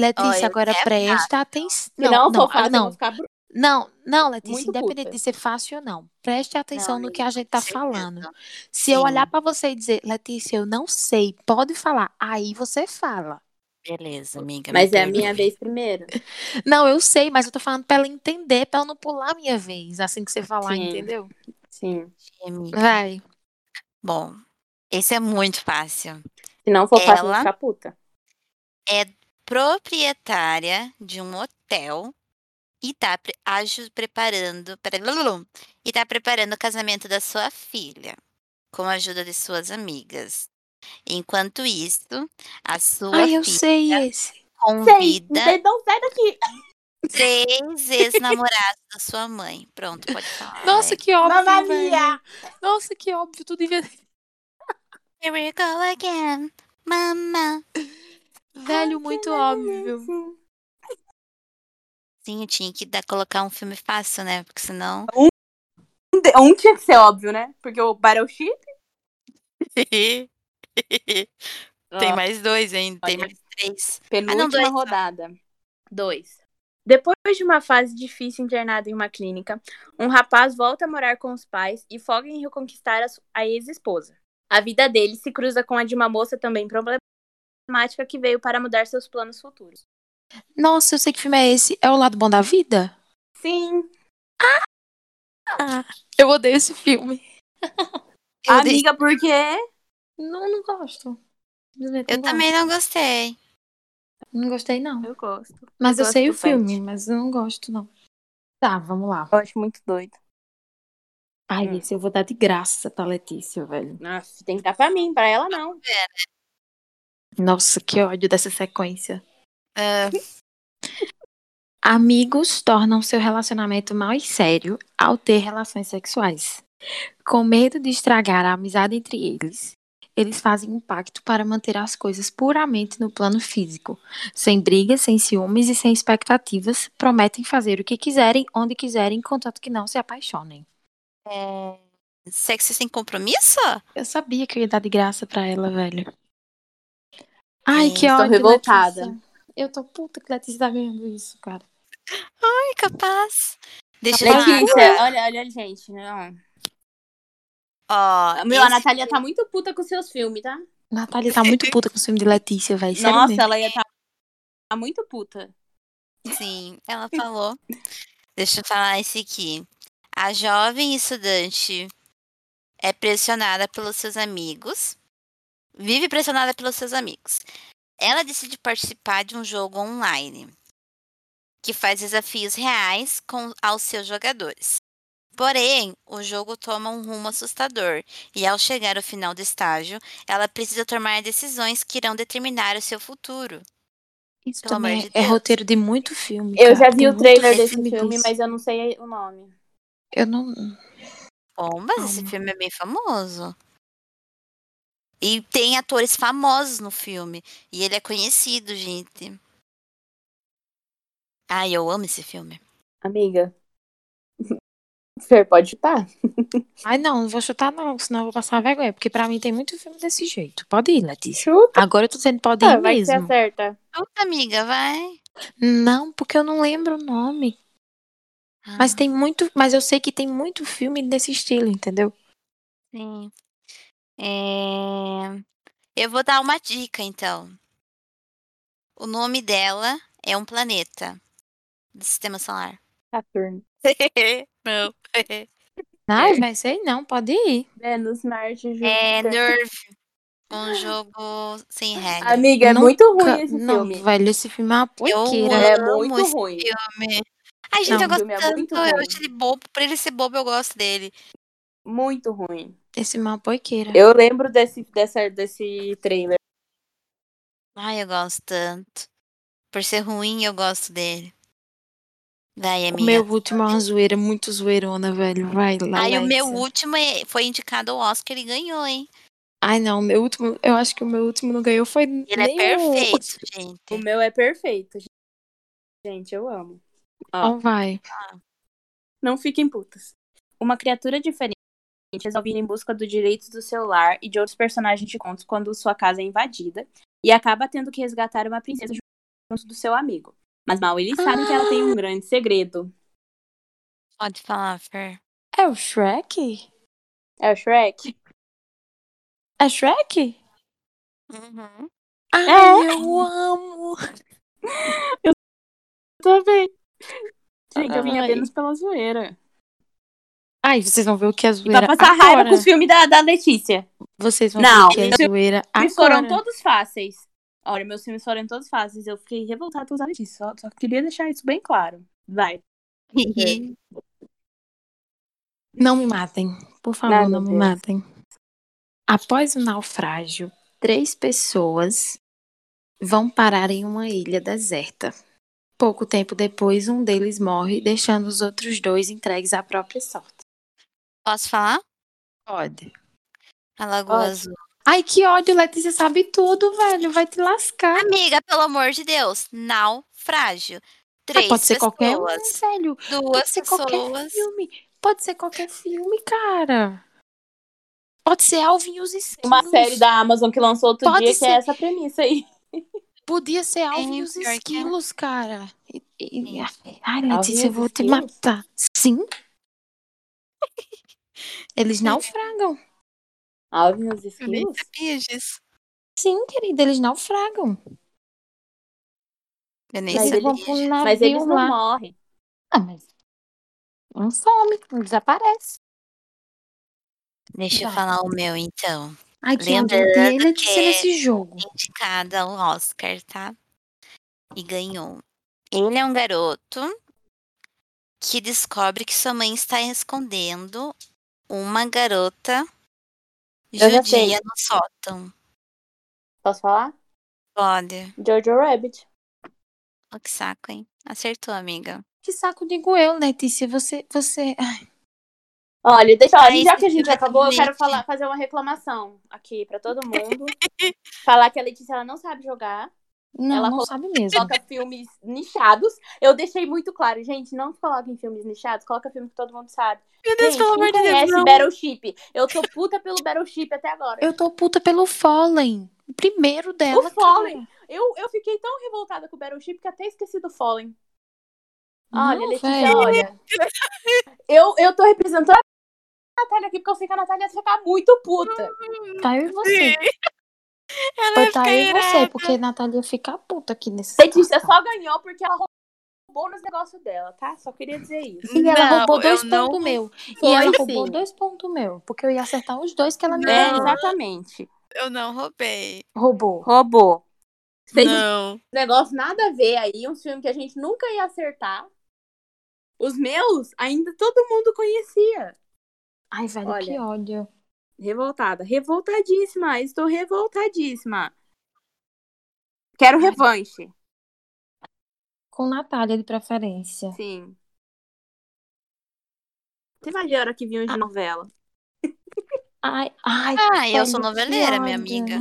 S3: Letícia,
S2: Olha,
S3: agora
S2: é
S3: presta atenção.
S4: Se
S3: Não,
S4: não,
S3: não,
S4: for fácil, eu
S3: não,
S4: vou ficar bru-
S3: não, não, Letícia,
S4: Muito
S3: independente
S4: puta.
S3: de ser fácil ou não, preste atenção
S2: Não,
S3: no que a gente tá falando. Se eu
S2: Sim.
S3: olhar pra você e dizer, Letícia, eu não sei, pode falar, aí você fala.
S2: Beleza, amiga. me
S4: Mas é a minha
S2: perdoe.
S4: vez primeiro.
S3: Não, eu sei, mas eu tô falando pra ela entender, pra ela não pular a minha vez, assim que você falar,
S4: Sim.
S3: entendeu?
S4: Sim.
S2: Amiga.
S3: Vai.
S2: Bom, esse é muito fácil.
S4: Se não for fácil, eu
S2: Ela-
S4: vou ficar puta.
S2: Proprietária de um hotel e tá pre- aju- preparando pera- lululum, e tá preparando o casamento da sua filha com a ajuda de suas amigas. Enquanto isso, a sua
S6: Ai, eu
S2: filha
S6: sei né? esse.
S2: convida
S4: Sei, não sai daqui.
S2: três ex-namorados da sua mãe. Pronto, pode falar.
S6: Nossa, que óbvio,
S4: Mamma
S6: velho.
S4: mia.
S6: Nossa, que óbvio. Tu devia...
S2: Here we go again, mama.
S6: Velho, muito óbvio.
S2: Sim, eu tinha que dar, colocar um filme fácil, né? Porque senão.
S4: Um de- Um tinha que ser óbvio, né? Porque o Battleship.
S2: Tem
S4: ó,
S2: mais dois ainda, tem
S4: Ah. olha.
S2: mais três.
S4: Penúltima
S2: dois só.
S4: rodada. Dois. Depois de uma fase difícil internado em uma clínica, um rapaz volta a morar com os pais e foca em reconquistar a, su- a ex-esposa. A vida dele se cruza com a de uma moça também problemática que veio para mudar seus planos futuros.
S6: Nossa, eu sei que filme é esse. É o Lado Bom da Vida?
S4: Sim,
S6: Eu odeio esse filme.
S2: Eu, dei-
S4: amiga, por quê?
S6: Não, não gosto. Simplesmente
S2: eu
S6: não gosto.
S2: também não gostei.
S6: Não gostei, não.
S4: Eu gosto.
S6: Mas eu,
S4: gosto
S6: sei o
S4: do Fred.
S6: filme, mas eu não gosto, não. Tá, vamos lá.
S4: Eu acho muito doido.
S6: Ai,
S4: Hum.
S6: esse eu vou dar de graça pra Letícia, velho.
S4: Nossa, tem que dar pra mim, pra ela não.
S6: Nossa, que ódio dessa sequência.
S2: Ah,
S6: Amigos tornam seu relacionamento mais sério ao ter relações sexuais. Com medo de estragar a amizade entre eles, eles fazem um pacto para manter as coisas puramente no plano físico. Sem brigas, sem ciúmes e sem expectativas, prometem fazer o que quiserem, onde quiserem, contanto que não se apaixonem.
S4: É.
S2: sexo sem compromisso?
S6: Eu sabia que eu ia dar de graça pra ela, velho. Ai,
S2: Sim,
S6: que
S4: estou
S6: ódio,
S4: revoltada.
S6: Letícia. Eu tô puta que Letícia tá ganhando isso, cara.
S2: Ai, capaz. Deixa
S4: é
S2: eu falar.
S4: Letícia, olha, olha, gente. Não.
S2: Ó,
S4: Meu, a
S2: esse-
S4: Natália tá muito puta com seus filmes, tá?
S6: Natália tá muito puta com o filme de Letícia, velho. sério
S4: Nossa,
S6: mesmo.
S4: ela ia tá, tá muito puta.
S2: Sim, ela falou. Deixa eu falar esse aqui. A jovem estudante é pressionada pelos seus amigos. Vive pressionada pelos seus amigos. Ela decide participar de um jogo online que faz desafios reais com aos seus jogadores. Porém, o jogo toma um rumo assustador e ao chegar ao final do estágio, ela precisa tomar decisões que irão determinar o seu futuro.
S6: Isso
S2: pelo
S6: também
S2: amor de
S6: é
S2: Deus.
S6: roteiro de muito filme. cara.
S4: Eu já vi
S6: Tem
S4: o
S6: muito
S4: trailer desse filme,
S6: desse.
S4: mas eu não sei o nome.
S6: Eu não.
S2: Bombas, esse
S6: Calma.
S2: filme é bem famoso. E tem atores famosos no filme. E ele é conhecido, gente. Ai, eu amo esse filme.
S4: Amiga. Fer, pode chutar.
S6: Ai, não, não vou chutar, não, senão eu vou passar vergonha. Porque pra mim tem muito filme desse jeito. Pode ir, Letícia.
S4: Chuta,
S6: Agora eu tô dizendo pode ir
S4: Ah, vai que você
S6: mesmo.
S4: acerta.
S2: Outra amiga, vai.
S6: Não, porque eu não lembro o nome.
S2: Ah.
S6: Mas tem muito. Mas eu sei que tem muito filme desse estilo, entendeu?
S2: Sim. É, Eu vou dar uma dica, então. O nome dela é um planeta do sistema solar.
S6: Tá
S4: Saturno.
S2: Não.
S6: Ai, vai sei não, pode ir.
S4: Vênus, Marte, Júpiter.
S2: É Nerve. Um jogo sem regra.
S4: Amiga, é
S6: Nunca-
S4: muito ruim esse
S6: não,
S4: filme.
S6: velho, esse filme é uma
S2: Eu
S6: poiqueira.
S4: É
S2: amo
S4: muito
S2: esse
S4: ruim.
S2: filme. Ai, gente,
S6: Não,
S2: eu
S4: o
S2: gosto
S4: filme é muito
S2: tanto. eu
S4: bom.
S2: acho ele bobo. Por ele ser bobo, eu gosto dele.
S4: Muito ruim.
S6: Esse filme é uma poiqueira.
S4: Eu lembro desse, dessa, desse trailer.
S2: Ai, eu gosto tanto. Por ser ruim, eu gosto dele. Vai,
S6: O
S2: amiga.
S6: meu último é uma zoeira, muito zoeirona, velho. Vai lá.
S2: Ai, o meu
S6: Letícia.
S2: último é- foi indicado ao Oscar e ganhou, hein?
S6: Ai, não, o meu último. Eu acho que o meu último não ganhou. Foi.
S2: Ele
S6: nem
S2: é perfeito, gente.
S4: O meu é perfeito. Gente, eu amo.
S6: O... Oh, vai.
S4: Não fiquem putas. Uma criatura diferente resolve ir em busca dos direitos do seu lar e de outros personagens de contos quando sua casa é invadida e acaba tendo que resgatar uma princesa junto do seu amigo. Mas mal eles sabem que ela tem
S6: Ah.
S4: um grande segredo.
S2: Pode falar, Fer.
S6: É o Shrek?
S4: É o Shrek?
S6: É Shrek?
S2: Uhum.
S6: Ai,
S3: É.
S6: eu amo.
S4: Também. Gente, eu vim
S6: Ai.
S4: apenas pela zoeira.
S6: Ai, vocês vão ver o que é
S4: E pra
S6: zoeira.
S4: passar
S6: agora.
S4: raiva com os filmes da, da Letícia.
S6: Vocês vão
S4: Não,
S6: ver o que é
S4: isso- um
S6: zoeira.
S4: E
S6: Agora.
S4: foram todos fáceis. Olha, meus filmes foram todos fáceis. Eu fiquei revoltada por causa disso. Só, só queria deixar isso bem claro. Vai.
S3: Não me matem, por favor,
S4: Ai,
S3: não,
S4: meu
S3: me
S4: Deus.
S3: matem. Após o naufrágio, três pessoas vão parar em uma ilha deserta. Pouco tempo depois, um deles morre, deixando os outros dois entregues à própria sorte.
S2: Posso falar?
S3: Pode.
S2: A Lagoa
S4: Pode.
S2: Azul.
S3: Ai, que ódio, Letícia sabe tudo, velho. Vai te lascar.
S2: Amiga, pelo amor de Deus, naufrágio. Três
S3: Ah, pode ser
S2: pessoas,
S3: qualquer um, velho.
S2: duas
S3: Pode ser qualquer
S2: pessoas.
S3: filme. Pode ser qualquer filme, cara. Pode ser Alvin e os Esquilos.
S4: Uma série da Amazon que lançou outro
S3: Pode
S4: dia
S3: ser.
S4: que é essa premissa aí.
S3: Podia ser Alvin
S2: Sim,
S3: e os
S2: pior que é.
S3: Esquilos, cara. E-
S1: É,
S3: e- Ai,
S4: e
S3: Letícia, eu
S4: os
S3: vou te
S4: Esquilos?
S3: matar. Sim. Eles naufragam.
S4: Alvin e os
S1: Eu nem
S4: esquilos?
S1: sabia disso.
S3: Sim, querida, eles naufragam.
S2: Eu nem
S4: Mas
S3: Eles
S2: sabia.
S4: ele-
S3: vão pro navio
S4: Mas eles não
S3: lá.
S4: morrem.
S3: Ah, mas... Não some, não desaparece.
S2: Deixa eu
S3: Vai.
S2: falar o meu, então.
S3: Ai, que ódio.
S2: Lembrando
S3: E ele disse
S2: que-
S3: nesse jogo.
S2: Indicada ao um Oscar, tá? E ganhou. Ele é um garoto que descobre que sua mãe está escondendo uma garota
S4: Eu já sei.
S2: judia no sótão.
S4: Posso falar?
S2: Olha,
S4: Jojo Rabbit.
S2: ó que saco, hein? Acertou, amiga.
S3: Que saco digo eu, Letícia. Você, você...
S4: Olha, deixa, ó,
S2: Ai,
S4: já que a
S2: esse
S4: gente
S2: filme é
S4: acabou, eu quero
S2: triste.
S4: falar, fazer uma reclamação aqui pra todo mundo. falar que a Letícia ela não sabe jogar,
S3: Não,
S4: Ela
S3: não
S4: colocou-
S3: sabe mesmo.
S4: coloca filmes nichados. Eu deixei muito claro, gente, não coloquem filmes nichados, coloca filme que todo mundo sabe.
S1: Meu Deus,
S4: gente,
S1: pelo amor
S4: quem
S1: de Deus,
S4: conhece
S1: não.
S4: Battleship? Eu tô puta pelo Battleship até agora.
S3: Eu tô puta pelo Fallen. O primeiro dela.
S4: O Fallen. Eu, eu fiquei tão revoltada com o Battleship que até esqueci do Fallen.
S3: Não,
S4: Olha, Letícia,
S3: velho.
S4: olha. Eu, eu tô representando a Natália aqui, porque eu sei que a Natália ia ficar muito puta.
S3: Tá eu e você.
S1: Ela
S3: Foi
S1: fica
S3: tá eu e você,
S1: irada.
S3: porque a Natália fica puta aqui nesse.
S4: Letícia só ganhou porque ela roubou nos negócios dela, tá? Só queria dizer isso.
S3: E ela
S1: Não,
S3: roubou dois
S1: eu não- assim.
S3: pontos meu.
S4: Foi,
S3: e ela
S4: sim. É.
S3: roubou dois pontos meu. Porque eu ia acertar os dois que ela não
S1: Não.
S4: exatamente.
S1: Eu não roubei.
S3: roubou.
S4: Roubou. Fez um
S1: Não.
S4: negócio nada a ver aí, um filme que a gente nunca ia acertar. Os meus, ainda todo mundo conhecia.
S3: Ai, velho,
S4: Olha.
S3: que ódio.
S4: Revoltada, revoltadíssima, estou revoltadíssima. Quero revanche.
S3: Com Natália de preferência.
S4: Sim. Você vai ver a hora que vinham de novela.
S3: Ai, ai.
S2: Ah, eu sou
S3: velho, que
S2: noveleira, minha
S3: ódio.
S2: amiga.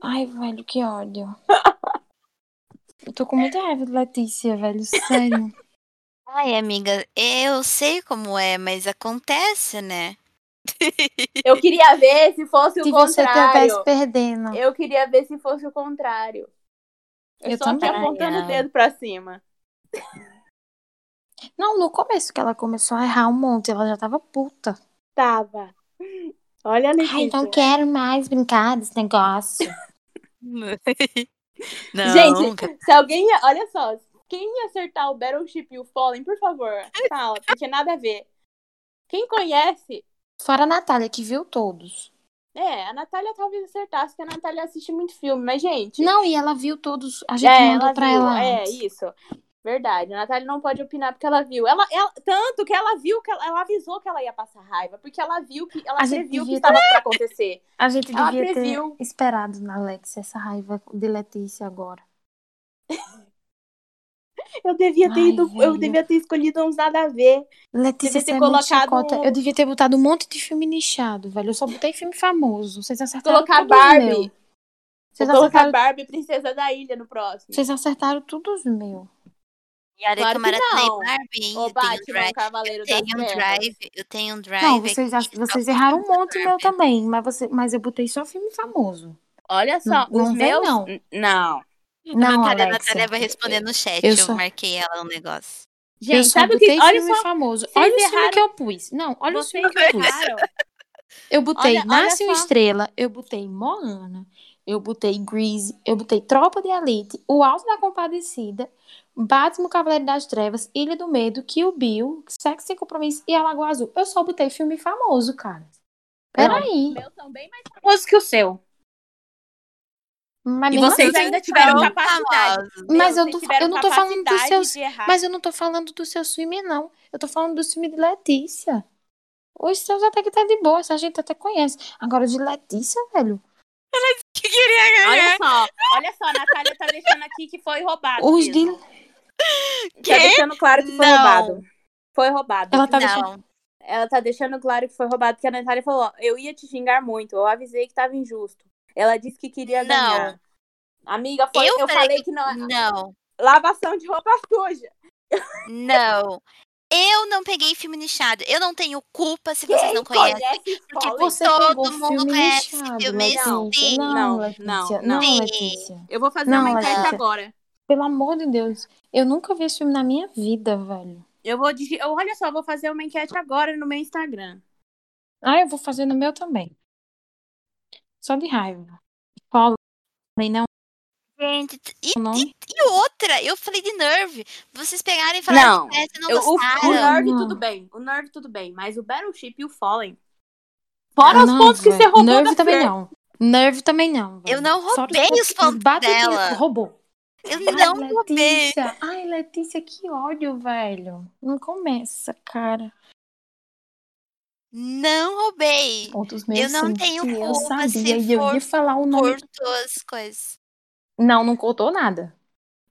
S3: Ai, velho, que ódio. Eu tô com muita raiva de Letícia, velho. Sério.
S2: Ai, amiga, eu sei como é, mas acontece, né?
S4: Eu queria ver se fosse o
S3: Se você
S4: contrário.
S3: estivesse perdendo.
S4: Eu queria ver se fosse o contrário.
S3: Eu
S4: só aqui
S3: também.
S4: apontando
S2: Ai,
S4: o
S2: ai.
S4: dedo pra cima.
S3: Não, no começo que ela começou a errar um monte, ela já tava puta.
S4: Tava. Olha a Letícia.
S3: Ai, não quero mais brincar desse negócio.
S1: Não.
S4: Gente, se alguém. ia- Olha só. Quem ia acertar o Battleship e o Fallen, por favor, fala, porque nada a ver. Quem conhece.
S3: Fora a Natália, que viu todos.
S4: É, a Natália talvez acertasse, porque a Natália assiste muito filme, mas, gente.
S3: Não, e ela viu todos. A gente mandou pra
S4: viu,
S3: ela.
S4: É,
S3: antes.
S4: isso. Verdade. A Natália não pode opinar porque ela viu. Ela, ela- tanto que ela viu que ela, ela avisou que ela ia passar raiva, porque ela viu que ela
S3: A gente
S4: previu que
S3: devia
S4: estava pra acontecer.
S3: A gente
S4: Ela
S3: devia
S4: previu.
S3: ter esperado na Alex essa raiva de Letícia agora.
S4: Eu devia ter
S3: Ai,
S4: ido, eu
S3: velho.
S4: devia ter escolhido uns nada a ver.
S3: Letícia,
S4: Devia
S3: você
S4: ter
S3: é muito
S4: colocado
S3: chacota.
S4: um-
S3: Eu devia ter botado um monte de filme nichado, velho. Eu só botei filme famoso. Vocês acertaram
S4: Colocar
S3: tudo os
S4: Barbie.
S3: meus. Vocês
S4: Vou colocar
S3: acertaram,
S4: Barbie Princesa da Ilha no próximo.
S3: vocês acertaram tudo os meus.
S2: E a
S4: Claro que
S2: Maratonei
S4: não.
S2: Barbie, hein?
S4: Ô,
S2: Eu tenho
S4: Batman,
S2: drive.
S4: Cavaleiro
S2: Eu
S4: das
S2: tenho um
S4: Trevas.
S2: drive. Eu tenho um drive.
S3: Não, vocês,
S2: aqui.
S3: vocês erraram um monte meu também, mas, você, mas eu botei só filme famoso.
S4: Olha só,
S3: Não-
S4: os
S3: não vem,
S4: meus.
S3: não.
S4: N- Não.
S3: Não,
S2: Natália,
S3: Alexa.
S2: Natália vai responder no chat.
S3: Eu
S2: Eu,
S3: só-
S2: marquei ela um negócio.
S4: Gente,
S3: eu só
S4: sabe o que?
S3: botei
S4: Olha
S3: filme
S4: só.
S3: famoso.
S4: vocês
S3: Olha o filme
S4: erraram.
S3: que eu pus. Não, olha o
S4: Vocês
S3: filme que eu pus.
S4: erraram.
S3: Eu botei
S4: Olha- olha
S3: Nasce uma
S4: só.
S3: Estrela, eu botei Moana, eu botei Grease, eu botei Tropa de Elite, O Alto da Compadecida, Batman, Cavaleiro das Trevas, Ilha do Medo, Kill Bill, Sexo Sem Compromisso e A Lagoa Azul. Eu só botei filme famoso, cara. Peraí.
S4: Meus são bem mais famosos que o seu.
S3: Mas
S4: E
S3: mesmo
S4: vocês
S3: assim,
S4: ainda tiveram
S2: são
S4: capacidade.
S3: Mas eu
S4: Vocês
S3: tô fa-
S4: tiveram
S3: eu não tô falando dos
S4: capacidade
S3: seus-
S4: de errar.
S3: Mas eu não tô falando do seu filme, não. Eu tô falando do filme de Letícia. Os seus até que tá de boa, essa gente até conhece. Agora, o de Letícia, velho.
S2: Que queria
S4: Olha só, olha só, a Natália tá deixando aqui que foi roubado.
S3: Os de.
S4: mesmo. Tá deixando claro que foi
S2: Não.
S4: roubado. Foi roubado.
S3: Ela tá deixando.
S2: Não,
S4: Ela tá deixando claro que foi roubado, porque a Natália falou: ó, eu ia te xingar muito, eu avisei que tava injusto. Ela disse que queria
S2: Não.
S4: ganhar. Amiga, foi,
S2: Eu
S4: eu,
S2: falei
S4: falei que não. é-
S2: não,
S4: Lavação de roupa suja.
S2: não. Eu não peguei filme nichado. Eu não tenho culpa se vocês
S4: Quem
S2: não conhecem.
S4: Porque
S2: Olha,
S3: Você
S2: todo
S3: pegou
S2: mundo
S3: filme
S2: conhece
S3: lixado,
S2: filme
S3: Letícia.
S2: assim.
S4: Não,
S3: Não, Letícia.
S4: não,
S3: é Não,
S2: não.
S3: Letícia.
S4: Eu vou fazer
S3: Não,
S4: uma enquete
S3: Letícia.
S4: agora.
S3: Pelo amor de Deus. Eu nunca vi esse filme na minha vida, velho.
S4: Eu vou digi- eu- Olha só, eu vou fazer uma enquete agora no meu Instagram.
S3: Ah, eu vou fazer no meu também. Só de raiva. Paulo, nem não.
S2: Gente, t- e,
S3: Não.
S2: e- e outra, eu falei de Nerve. Vocês pegaram e falaram
S7: Não,
S2: que essa não
S4: Eu- o, o
S2: gostaram.
S4: Nerve
S3: Não.
S4: tudo bem. O Nerve tudo bem. Mas o Battleship e o Fallen. Fora os
S3: Não,
S4: pontos que
S3: velho.
S4: você roubou
S3: Nerve
S4: da
S3: também
S4: Fer.
S3: não. Nerve também não. velho.
S2: Eu não
S3: Só
S2: roubei os
S3: pouquinhos
S2: pontos
S3: batem que
S2: dela.
S3: Roubou.
S2: Eu
S3: Ai,
S2: não roubei.
S3: Letícia. Ai, Letícia, que ódio, velho. Não começa, cara.
S2: Não roubei.
S3: Outros meus
S2: Eu não
S3: sim,
S2: tenho
S3: que Eu
S2: culpa se
S3: sabia e eu
S2: for
S3: ia falar o nome.
S2: Cortou as coisas.
S3: Não, não cortou nada.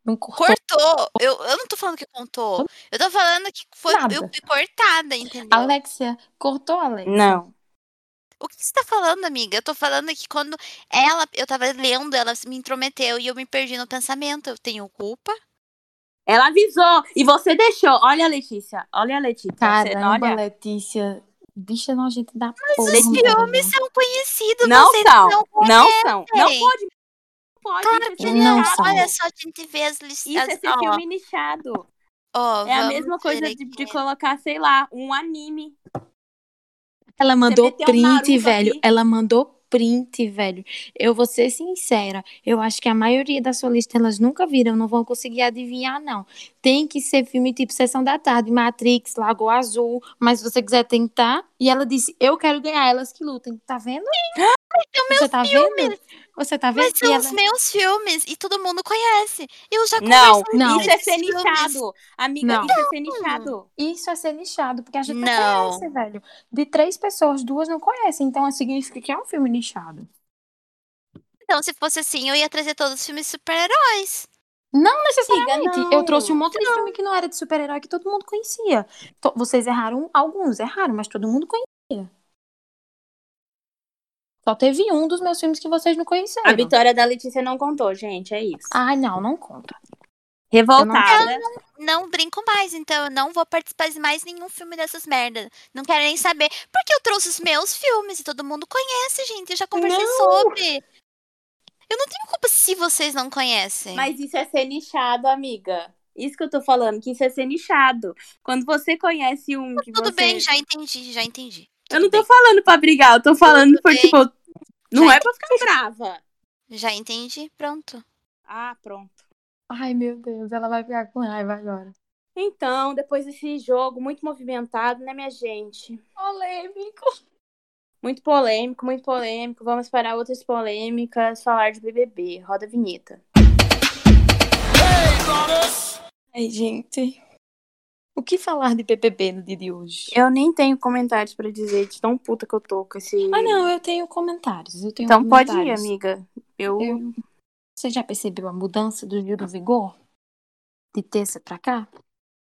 S3: Não cortou.
S2: Cortou. Eu, eu não tô falando que contou. Eu tô falando que foi
S3: Nada.
S2: eu fui cortada, entendeu?
S3: Alexia, cortou,
S4: Hum,
S3: Alexia?
S7: Não.
S2: O que você tá falando, amiga? Eu tô falando que quando ela, eu tava lendo, ela me intrometeu e eu me perdi no pensamento. Eu tenho culpa?
S4: Ela avisou. E você deixou. Olha a Letícia. Olha a Letícia. Você-
S3: Caramba,
S4: olha.
S3: Letícia. Bicha nojenta da porra.
S2: Os
S3: velho.
S2: filmes são conhecidos,
S4: Uhum. Não
S2: vocês
S4: são.
S2: não
S4: Não são. Não
S2: conhecem.
S4: pode. Não pode.
S2: Claro
S4: isso é
S2: que
S4: ser
S3: não
S2: não.
S4: nichado.
S3: são.
S2: Olha só, a gente vê as
S4: Isso é
S2: listas.
S4: ser
S2: Ó,
S4: filme nichado.
S2: ó,
S4: É a
S2: vamos
S4: mesma
S2: ver
S4: coisa de,
S2: aqui.
S4: de colocar, sei lá, um anime.
S3: Ela mandou
S4: meteu um Naruto
S3: print,
S4: aqui.
S3: velho. Ela mandou print, velho. Eu vou ser sincera. Eu acho que a maioria da sua lista elas nunca viram. Não vão conseguir adivinhar, não. Tem que ser filme tipo Sessão da Tarde, Matrix, Lago Azul. Mas se você quiser tentar. E ela disse: Eu quero ganhar, elas que lutem. Tá vendo? Você tá vendo? Você tá vendo?
S2: Mas
S3: E
S2: são os
S3: ela-
S2: meus filmes e todo mundo conhece. Eu já
S4: Não,
S2: conversei
S3: não.
S4: Isso é
S2: desses
S4: ser
S2: filmes.
S4: nichado. Amiga,
S3: Não.
S4: isso é ser nichado.
S3: Isso é ser nichado, porque a gente não,
S2: Não.
S3: conhece, velho. De três pessoas, duas não conhecem. Então significa que é um filme nichado.
S2: Então, se fosse assim, eu ia trazer todos os filmes de super-heróis.
S3: Não necessariamente.
S4: Amiga, não.
S3: Eu trouxe um monte de filme que não era de super-herói que todo mundo conhecia. To- Vocês erraram, alguns erraram, mas todo mundo conhecia. Só teve um dos meus filmes que vocês não conheceram.
S4: A vitória da Letícia não contou, gente. É isso.
S3: Ai, não, não conta.
S4: Revoltada.
S2: Não brinco mais, então eu não vou participar de mais nenhum filme dessas merdas. Não quero nem saber. Porque eu trouxe os meus filmes e todo mundo conhece, gente. Eu já conversei sobre. Eu não tenho culpa se vocês não conhecem.
S4: Mas isso é ser nichado, amiga. Isso que eu tô falando, que isso é ser nichado. Quando você conhece um que
S2: Tudo
S4: você...
S2: bem, já entendi, já entendi.
S4: Eu não
S2: Tudo
S4: tô falando pra brigar, eu tô falando
S2: Tudo
S4: por,
S2: bem.
S4: tipo... Não
S2: Já
S4: é pra ficar brava.
S2: bem, Já entendi, pronto.
S4: Ah, pronto.
S3: Ai, meu Deus, ela vai ficar com raiva agora.
S4: Então, depois desse jogo muito movimentado, né, minha gente?
S3: Polêmico.
S4: Muito polêmico, muito polêmico. Vamos para outras polêmicas, falar de BBB. Roda a vinheta.
S3: Ai, gente. O que falar de BBB no dia de hoje?
S4: Eu nem tenho comentários pra dizer de tão puta que eu tô com esse.
S3: Ah, não, eu tenho comentários. Eu tenho
S4: Então pode ir,
S3: comentários.
S4: amiga. Eu.
S3: Eu- Você já percebeu a mudança do Gil do Vigor? De terça pra cá?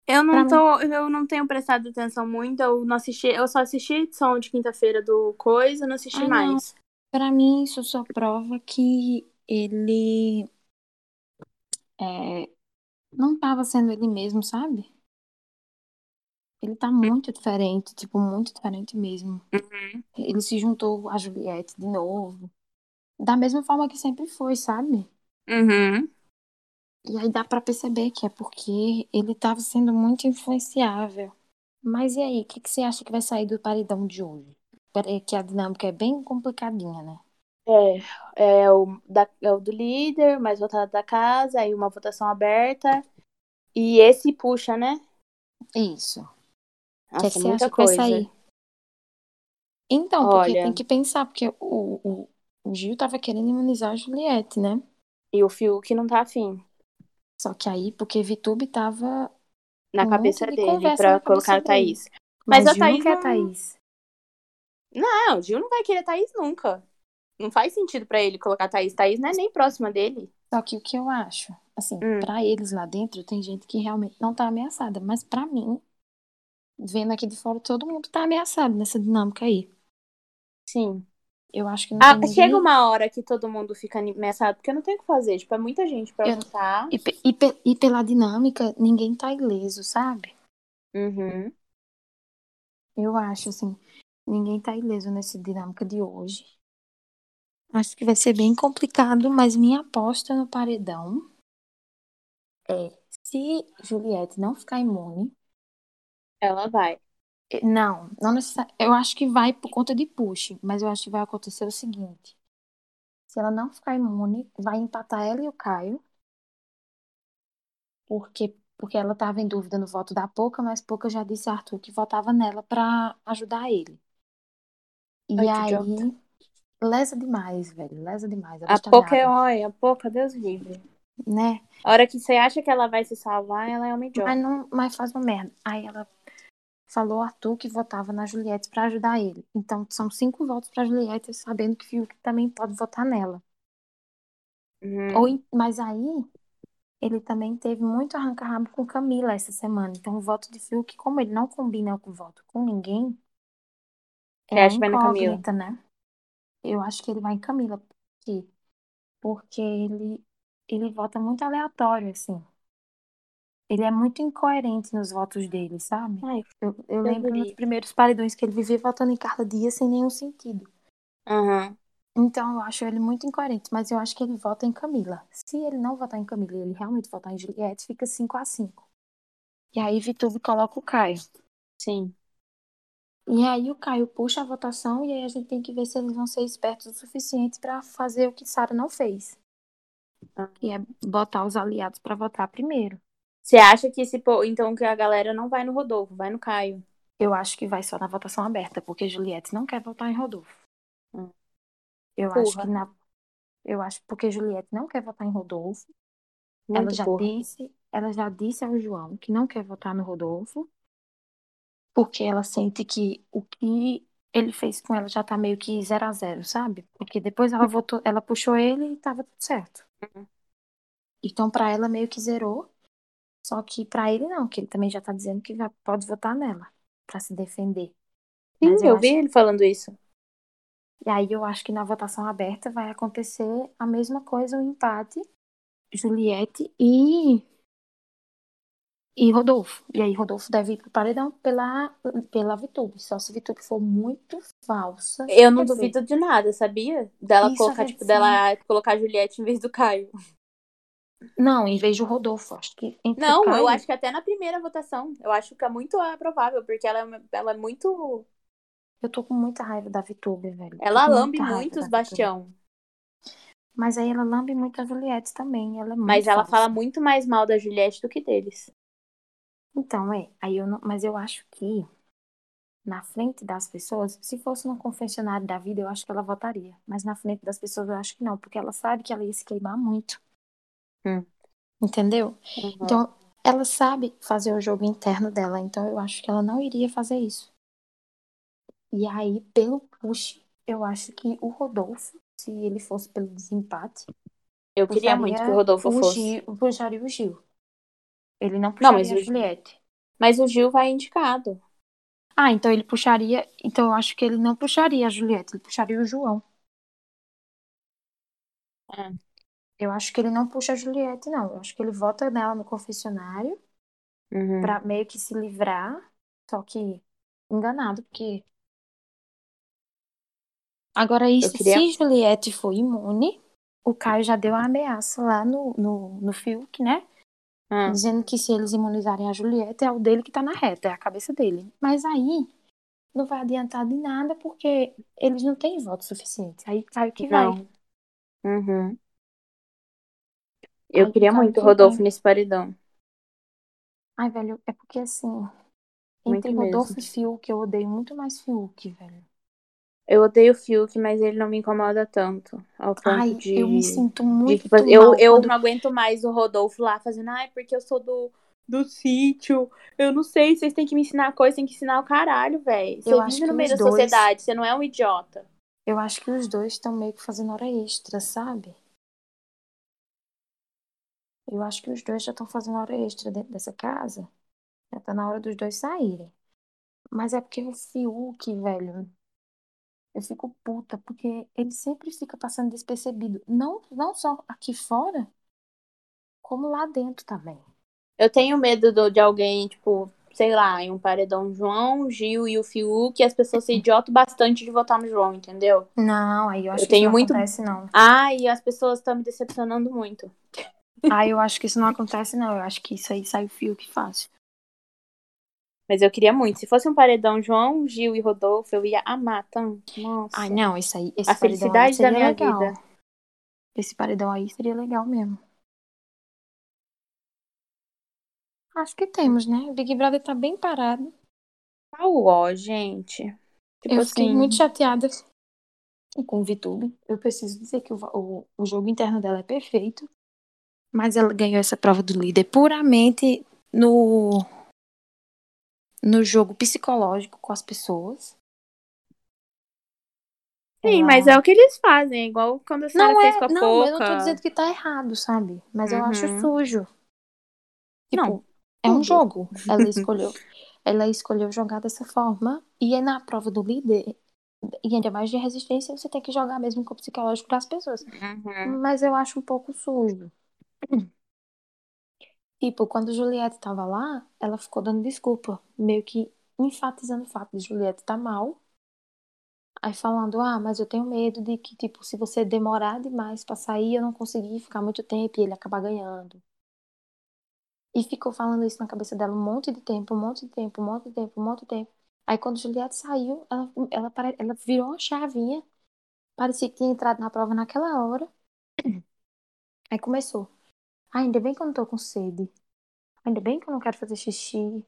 S4: Eu não
S3: Pra
S4: tô, eu não tenho prestado atenção muito. Eu não assisti, eu só assisti a edição de quinta-feira do Coisa, não assisti
S3: Ah, não.
S4: mais.
S3: Pra mim, isso só prova que ele é, não tava sendo ele mesmo, sabe? Ele tá muito diferente, tipo, muito diferente mesmo.
S4: Uhum.
S3: Ele se juntou a Juliette de novo. Da mesma forma que sempre foi, sabe?
S4: Uhum.
S3: E aí dá pra perceber que é porque ele tava sendo muito influenciável. Mas e aí, o que, que você acha que vai sair do paredão de hoje? Peraí, que a dinâmica é bem complicadinha, né?
S4: É, é o, da- é o do líder, mais votado da casa, aí uma votação aberta. E esse puxa, né?
S3: É Isso. O que é que
S4: Nossa,
S3: você
S4: muita
S3: acha que vai
S4: coisa.
S3: sair? Então, porque
S4: Olha.
S3: tem que pensar, porque o, o, o Gil tava querendo imunizar a Juliette, né?
S4: E o Fiuk não tá afim.
S6: Só que aí, porque Vitube tava.
S4: Na
S6: Um
S4: cabeça
S6: monte de
S4: dele,
S6: conversa
S4: pra
S6: na cabeça
S4: colocar a
S6: dele.
S4: Thaís. Mas a
S6: Gil não
S4: Thaís
S6: quer
S4: não-
S6: Thaís.
S4: Não, Ah, o Gil não vai querer a Thaís nunca. Não faz sentido pra ele colocar a Thaís. Thaís não é nem próxima dele.
S6: Só que o que eu acho, assim,
S4: Hum.
S6: pra eles lá dentro, tem gente que realmente não tá ameaçada. Mas pra mim, vendo aqui de fora, todo mundo tá ameaçado nessa dinâmica aí.
S4: Sim.
S6: Eu acho que não
S4: Ah,
S6: tem ninguém...
S4: chega uma hora que todo mundo fica ameaçado, porque não tem o que fazer. Tipo, é muita gente pra
S6: Eu-
S4: votar.
S6: E, pe- e pe- e pela dinâmica, ninguém tá ileso, sabe?
S4: Uhum.
S6: Eu acho, assim, ninguém tá ileso nessa dinâmica de hoje. Acho que vai ser bem complicado, mas minha aposta no paredão é se Juliette não ficar imune.
S4: Ela vai.
S6: eh, Não, não necessariamente. Eu acho que vai por conta de push, mas eu acho que vai acontecer o seguinte: se ela não ficar imune, vai empatar ela e o Caio. Porque, porque ela estava em dúvida no voto da Poca, mas Poca já disse a Arthur que votava nela para ajudar ele. E
S4: Ai, que
S6: aí, lesa demais, velho, lesa demais.
S4: A
S6: bicha
S4: pouca é
S6: brava,
S4: olha, a pouca, Deus livre.
S6: né?
S4: A hora que você acha que ela vai se salvar, ela é uma idiota.
S6: Mas, não, mas faz uma merda. Aí ela falou a Arthur que votava na Juliette pra ajudar ele. Então são cinco votos pra Juliette, sabendo que Fiuk também pode votar nela.
S4: Uhum.
S6: Ou, em- mas aí ele também teve muito arranca-rabo com Camila essa semana. Então o voto de Fiuk, como ele não combina com o voto com ninguém, é
S4: Você acha que
S6: uma
S4: vai na Camila?
S6: incógnita, né? Eu acho que ele vai em Camila. Por quê? Porque ele, ele vota muito aleatório, assim. Ele é muito incoerente nos votos dele, sabe?
S4: Ai,
S6: Eu, eu
S4: Deus
S6: lembro
S4: me
S6: nos
S4: livre.
S6: primeiros paredões que ele vivia votando em Carla Dias sem nenhum sentido.
S4: Aham.
S6: Então eu acho ele muito incoerente, mas eu acho que ele vota em Camila. Se ele não votar em Camila e ele realmente votar em Juliette, fica 5 a 5 E aí Vitube coloca o Caio.
S4: Sim.
S6: E aí o Caio puxa a votação e aí a gente tem que ver se eles vão ser espertos o suficiente pra fazer o que Sara não fez.
S4: Ah.
S6: Que é botar os aliados pra votar primeiro.
S4: Você acha que esse povo. Então que a galera não vai no Rodolfo, vai no Caio.
S6: Eu acho que vai só na votação aberta, porque Juliette não quer votar em Rodolfo.
S4: Hum.
S6: Eu acho
S4: Burra.
S6: que na... Eu acho porque Juliette não quer votar em Rodolfo.
S4: Muito
S6: ela já
S4: porra.
S6: disse, ela já disse ao João que não quer votar no Rodolfo, porque ela sente que o que ele fez com ela já tá meio que zero a zero, sabe? Porque depois ela votou, ela puxou ele e tava tudo certo.
S4: Uhum.
S6: Então pra ela meio que zerou. Só que pra ele não, que ele também já tá dizendo que já pode votar nela pra se defender.
S4: Sim,
S6: Mas
S4: eu,
S6: eu
S4: vi ele falando isso.
S6: E aí eu acho que na votação aberta vai acontecer a mesma coisa, um empate, Juliette e e Rodolfo. E aí Rodolfo deve ir pro paredão pela pela Vitube, só se Vitube for muito falsa.
S4: Eu não
S6: Quer dizer,
S4: duvido de nada, sabia? Dela
S6: Isso,
S4: colocar,
S6: a
S4: tipo,
S6: gente
S4: dela colocar a Juliette em vez do Caio.
S6: Não, em vez do Rodolfo, acho que entre
S4: Não,
S6: Caio-
S4: eu acho que até na primeira votação. Eu acho que é muito ah, provável, porque ela é, uma- ela é muito.
S6: eu tô com muita raiva da Vitube, velho. Tô
S4: Ela
S6: com
S4: lambe
S6: muita raiva
S4: muito
S6: da
S4: os
S6: Vitube.
S4: Bastião.
S6: Mas aí ela lambe muito a Juliette também, ela é muito
S4: Mas ela
S6: falsa.
S4: fala muito mais mal da Juliette do que deles.
S6: Então, é, aí eu não, mas eu acho que na frente das pessoas, se fosse num confessionário da vida, eu acho que ela votaria. Mas na frente das pessoas, eu acho que não, porque ela sabe que ela ia se queimar muito.
S4: Hum.
S6: Entendeu?
S4: Uhum.
S6: Então, ela sabe fazer o jogo interno dela, então eu acho que ela não iria fazer isso. E aí, pelo push, eu acho que o Rodolfo, se ele fosse pelo desempate,
S4: eu queria muito que o Rodolfo
S6: é, o
S4: fosse.
S6: Gil, puxaria o Gil. Ele não puxaria
S4: mas
S6: a
S4: o-
S6: Juliette.
S4: Mas o Gil vai indicado.
S6: Ah, então ele puxaria. Então eu acho que ele não puxaria a Juliette, ele puxaria o João.
S4: É.
S6: Eu acho que ele não puxa a Juliette, não. Eu acho que ele vota nela no confessionário
S4: Uhum.
S6: pra meio que se livrar. Só que enganado, porque. Agora, isso,
S4: queria-
S6: se Juliette for imune, o Caio já deu a ameaça lá no, no, no Fiuk, né?
S4: Ah.
S6: Dizendo que se eles imunizarem a Juliette, é o dele que tá na reta, é a cabeça dele. Mas aí não vai adiantar de nada porque eles não têm voto suficiente. Aí Caio que vai.
S4: Não. Uhum. Eu
S6: Ai, tá
S4: queria
S6: cara,
S4: muito o
S6: que
S4: Rodolfo
S6: bom.
S4: nesse paredão.
S6: Ai, velho, é porque assim,
S4: Muito
S6: entre
S4: mesmo.
S6: Rodolfo e Fiuk, eu odeio muito mais Fiuk, velho.
S4: Eu odeio o Fiuk, mas ele não me incomoda tanto. Ao ponto
S6: Ai,
S4: de...
S6: eu me sinto
S4: de
S6: muito
S4: que faz-
S6: mal
S4: eu, eu
S6: quando-
S4: não aguento mais o Rodolfo lá fazendo, ai, porque eu sou do, do sítio. Eu não sei, vocês têm que me ensinar coisa, têm que ensinar o caralho, velho. Você
S6: Eu acho
S4: vive
S6: que
S4: no meio da
S6: os dois-
S4: sociedade, você não é um idiota.
S6: Eu acho que os dois estão meio que fazendo hora extra, sabe? Eu acho que os dois já estão fazendo hora extra dentro dessa casa. Já tá na hora dos dois saírem. Mas é porque o Fiuk, velho. Eu fico puta, porque ele sempre fica passando despercebido. Não, não só aqui fora, como lá dentro também.
S4: Eu tenho medo do- de alguém, tipo, sei lá, em um paredão João, Gil e o Fiuk, e as pessoas ser idiota o bastante de votar no João, entendeu?
S6: Não, aí eu acho
S4: Eu
S6: que isso
S4: tenho
S6: não
S4: muito-
S6: acontece, não.
S4: Ah, e as pessoas estão me decepcionando muito.
S6: Ah, eu acho que isso não acontece, não. Eu acho que isso aí sai o Fiuk fácil.
S4: Mas eu queria muito. Se fosse um paredão João, Gil e Rodolfo, eu ia amar tanto. Nossa.
S6: Ai, não, isso aí. Esse
S4: a
S6: paredão aí
S4: felicidade da
S6: seria
S4: minha
S6: legal.
S4: vida.
S6: Esse paredão aí seria legal mesmo. Acho que temos, né? O Big Brother tá bem parado.
S4: Tá ó, gente. Tipo
S6: eu fiquei
S4: assim,
S6: muito chateada com o VTube. Eu preciso dizer que o, va- o, o jogo interno dela é perfeito. Mas ela ganhou essa prova do líder puramente no, no jogo psicológico com as pessoas.
S4: Sim,
S6: Ela-
S4: mas é o que eles fazem, igual quando a Sarah
S6: Não é,
S4: fez com a
S6: não,
S4: Poca.
S6: eu não tô dizendo que tá errado, sabe? Mas eu acho
S4: Uhum.
S6: sujo. Tipo,
S4: Não,
S6: é um
S4: tudo.
S6: jogo. Ela escolheu. ela escolheu jogar dessa forma. E aí na prova do líder, e ainda mais de resistência, você tem que jogar mesmo com o psicológico das pessoas.
S4: Uhum.
S6: Mas eu acho um pouco sujo. Tipo, quando Juliette tava lá, ela ficou dando desculpa, meio que enfatizando o fato de Juliette tá mal. Aí falando, ah, mas eu tenho medo de que, tipo, se você demorar demais pra sair, eu não conseguir ficar muito tempo e ele acabar ganhando. E ficou falando isso na cabeça dela um monte de tempo, um monte de tempo, um monte de tempo, um monte de tempo. Aí quando Juliette saiu, ela, ela, pare- ela virou uma chavinha. Parecia que tinha entrado na prova naquela hora. Aí começou. Ah, ainda bem que eu não tô com sede. Ainda bem que eu não quero fazer xixi.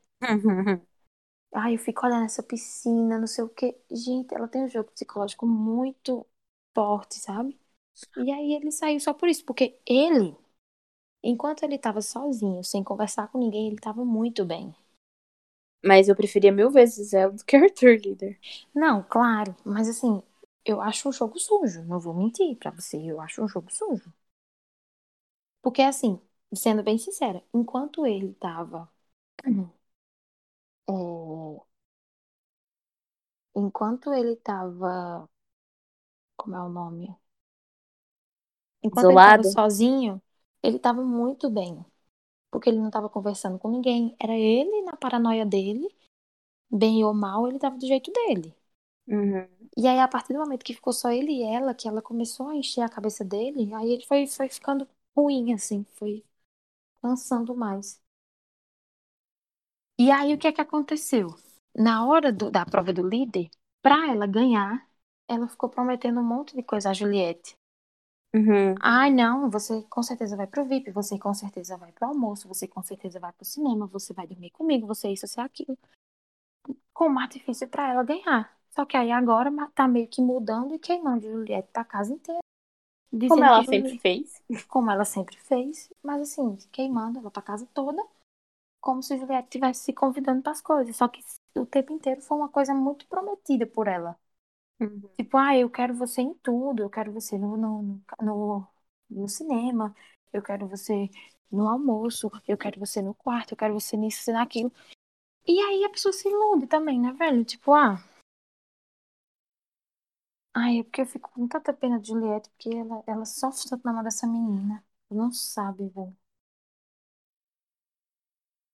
S6: Ai, eu fico olhando essa piscina, não sei o quê. Gente, ela tem um jogo psicológico muito forte, sabe? E aí ele saiu só por isso, porque ele, enquanto ele tava sozinho, sem conversar com ninguém, ele tava muito bem.
S4: Mas eu preferia mil vezes ela do que Arthur líder.
S6: Não, claro, mas assim, eu acho um jogo sujo, não vou mentir pra você, eu acho um jogo sujo. Porque assim, sendo bem sincera, enquanto ele tava. Uhum. eh, É, enquanto ele tava. Como é o nome? Enquanto ele
S4: Isolado?
S6: tava sozinho, ele tava muito bem. Porque ele não tava conversando com ninguém. Era ele na paranoia dele. Bem ou mal, ele tava do jeito dele.
S4: Uhum.
S6: E aí, a partir do momento que ficou só ele e ela, que ela começou a encher a cabeça dele, aí ele foi, foi ficando ruim, assim, foi cansando mais. E aí, o que é que aconteceu? Na hora do- da prova do líder, pra ela ganhar, ela ficou prometendo um monte de coisa à Juliette.
S4: Uhum.
S6: Ai, não, você com certeza vai pro VIP, você com certeza vai pro almoço, você com certeza vai pro cinema, você vai dormir comigo, você isso, você aquilo. Como artifício pra ela ganhar. Só que aí agora ma- tá meio que mudando e queimando Juliette pra casa inteira.
S4: Como
S6: Dizendo
S4: ela
S6: que Juli-
S4: sempre fez.
S6: como ela sempre fez, mas assim, queimando ela pra casa toda, como se Juliette estivesse se convidando pras coisas. Só que o tempo inteiro foi uma coisa muito prometida por ela. Tipo, ah, eu quero você em tudo, eu quero você no, no, no, no- no cinema, eu quero você no almoço, eu quero você no quarto, eu quero você nisso e naquilo. E aí a pessoa se ilude também, né, velho? Tipo, ah. Ai, é porque eu fico com tanta pena de Juliette, porque ela, ela sofre tanto na mão dessa menina. Não sabe, velho.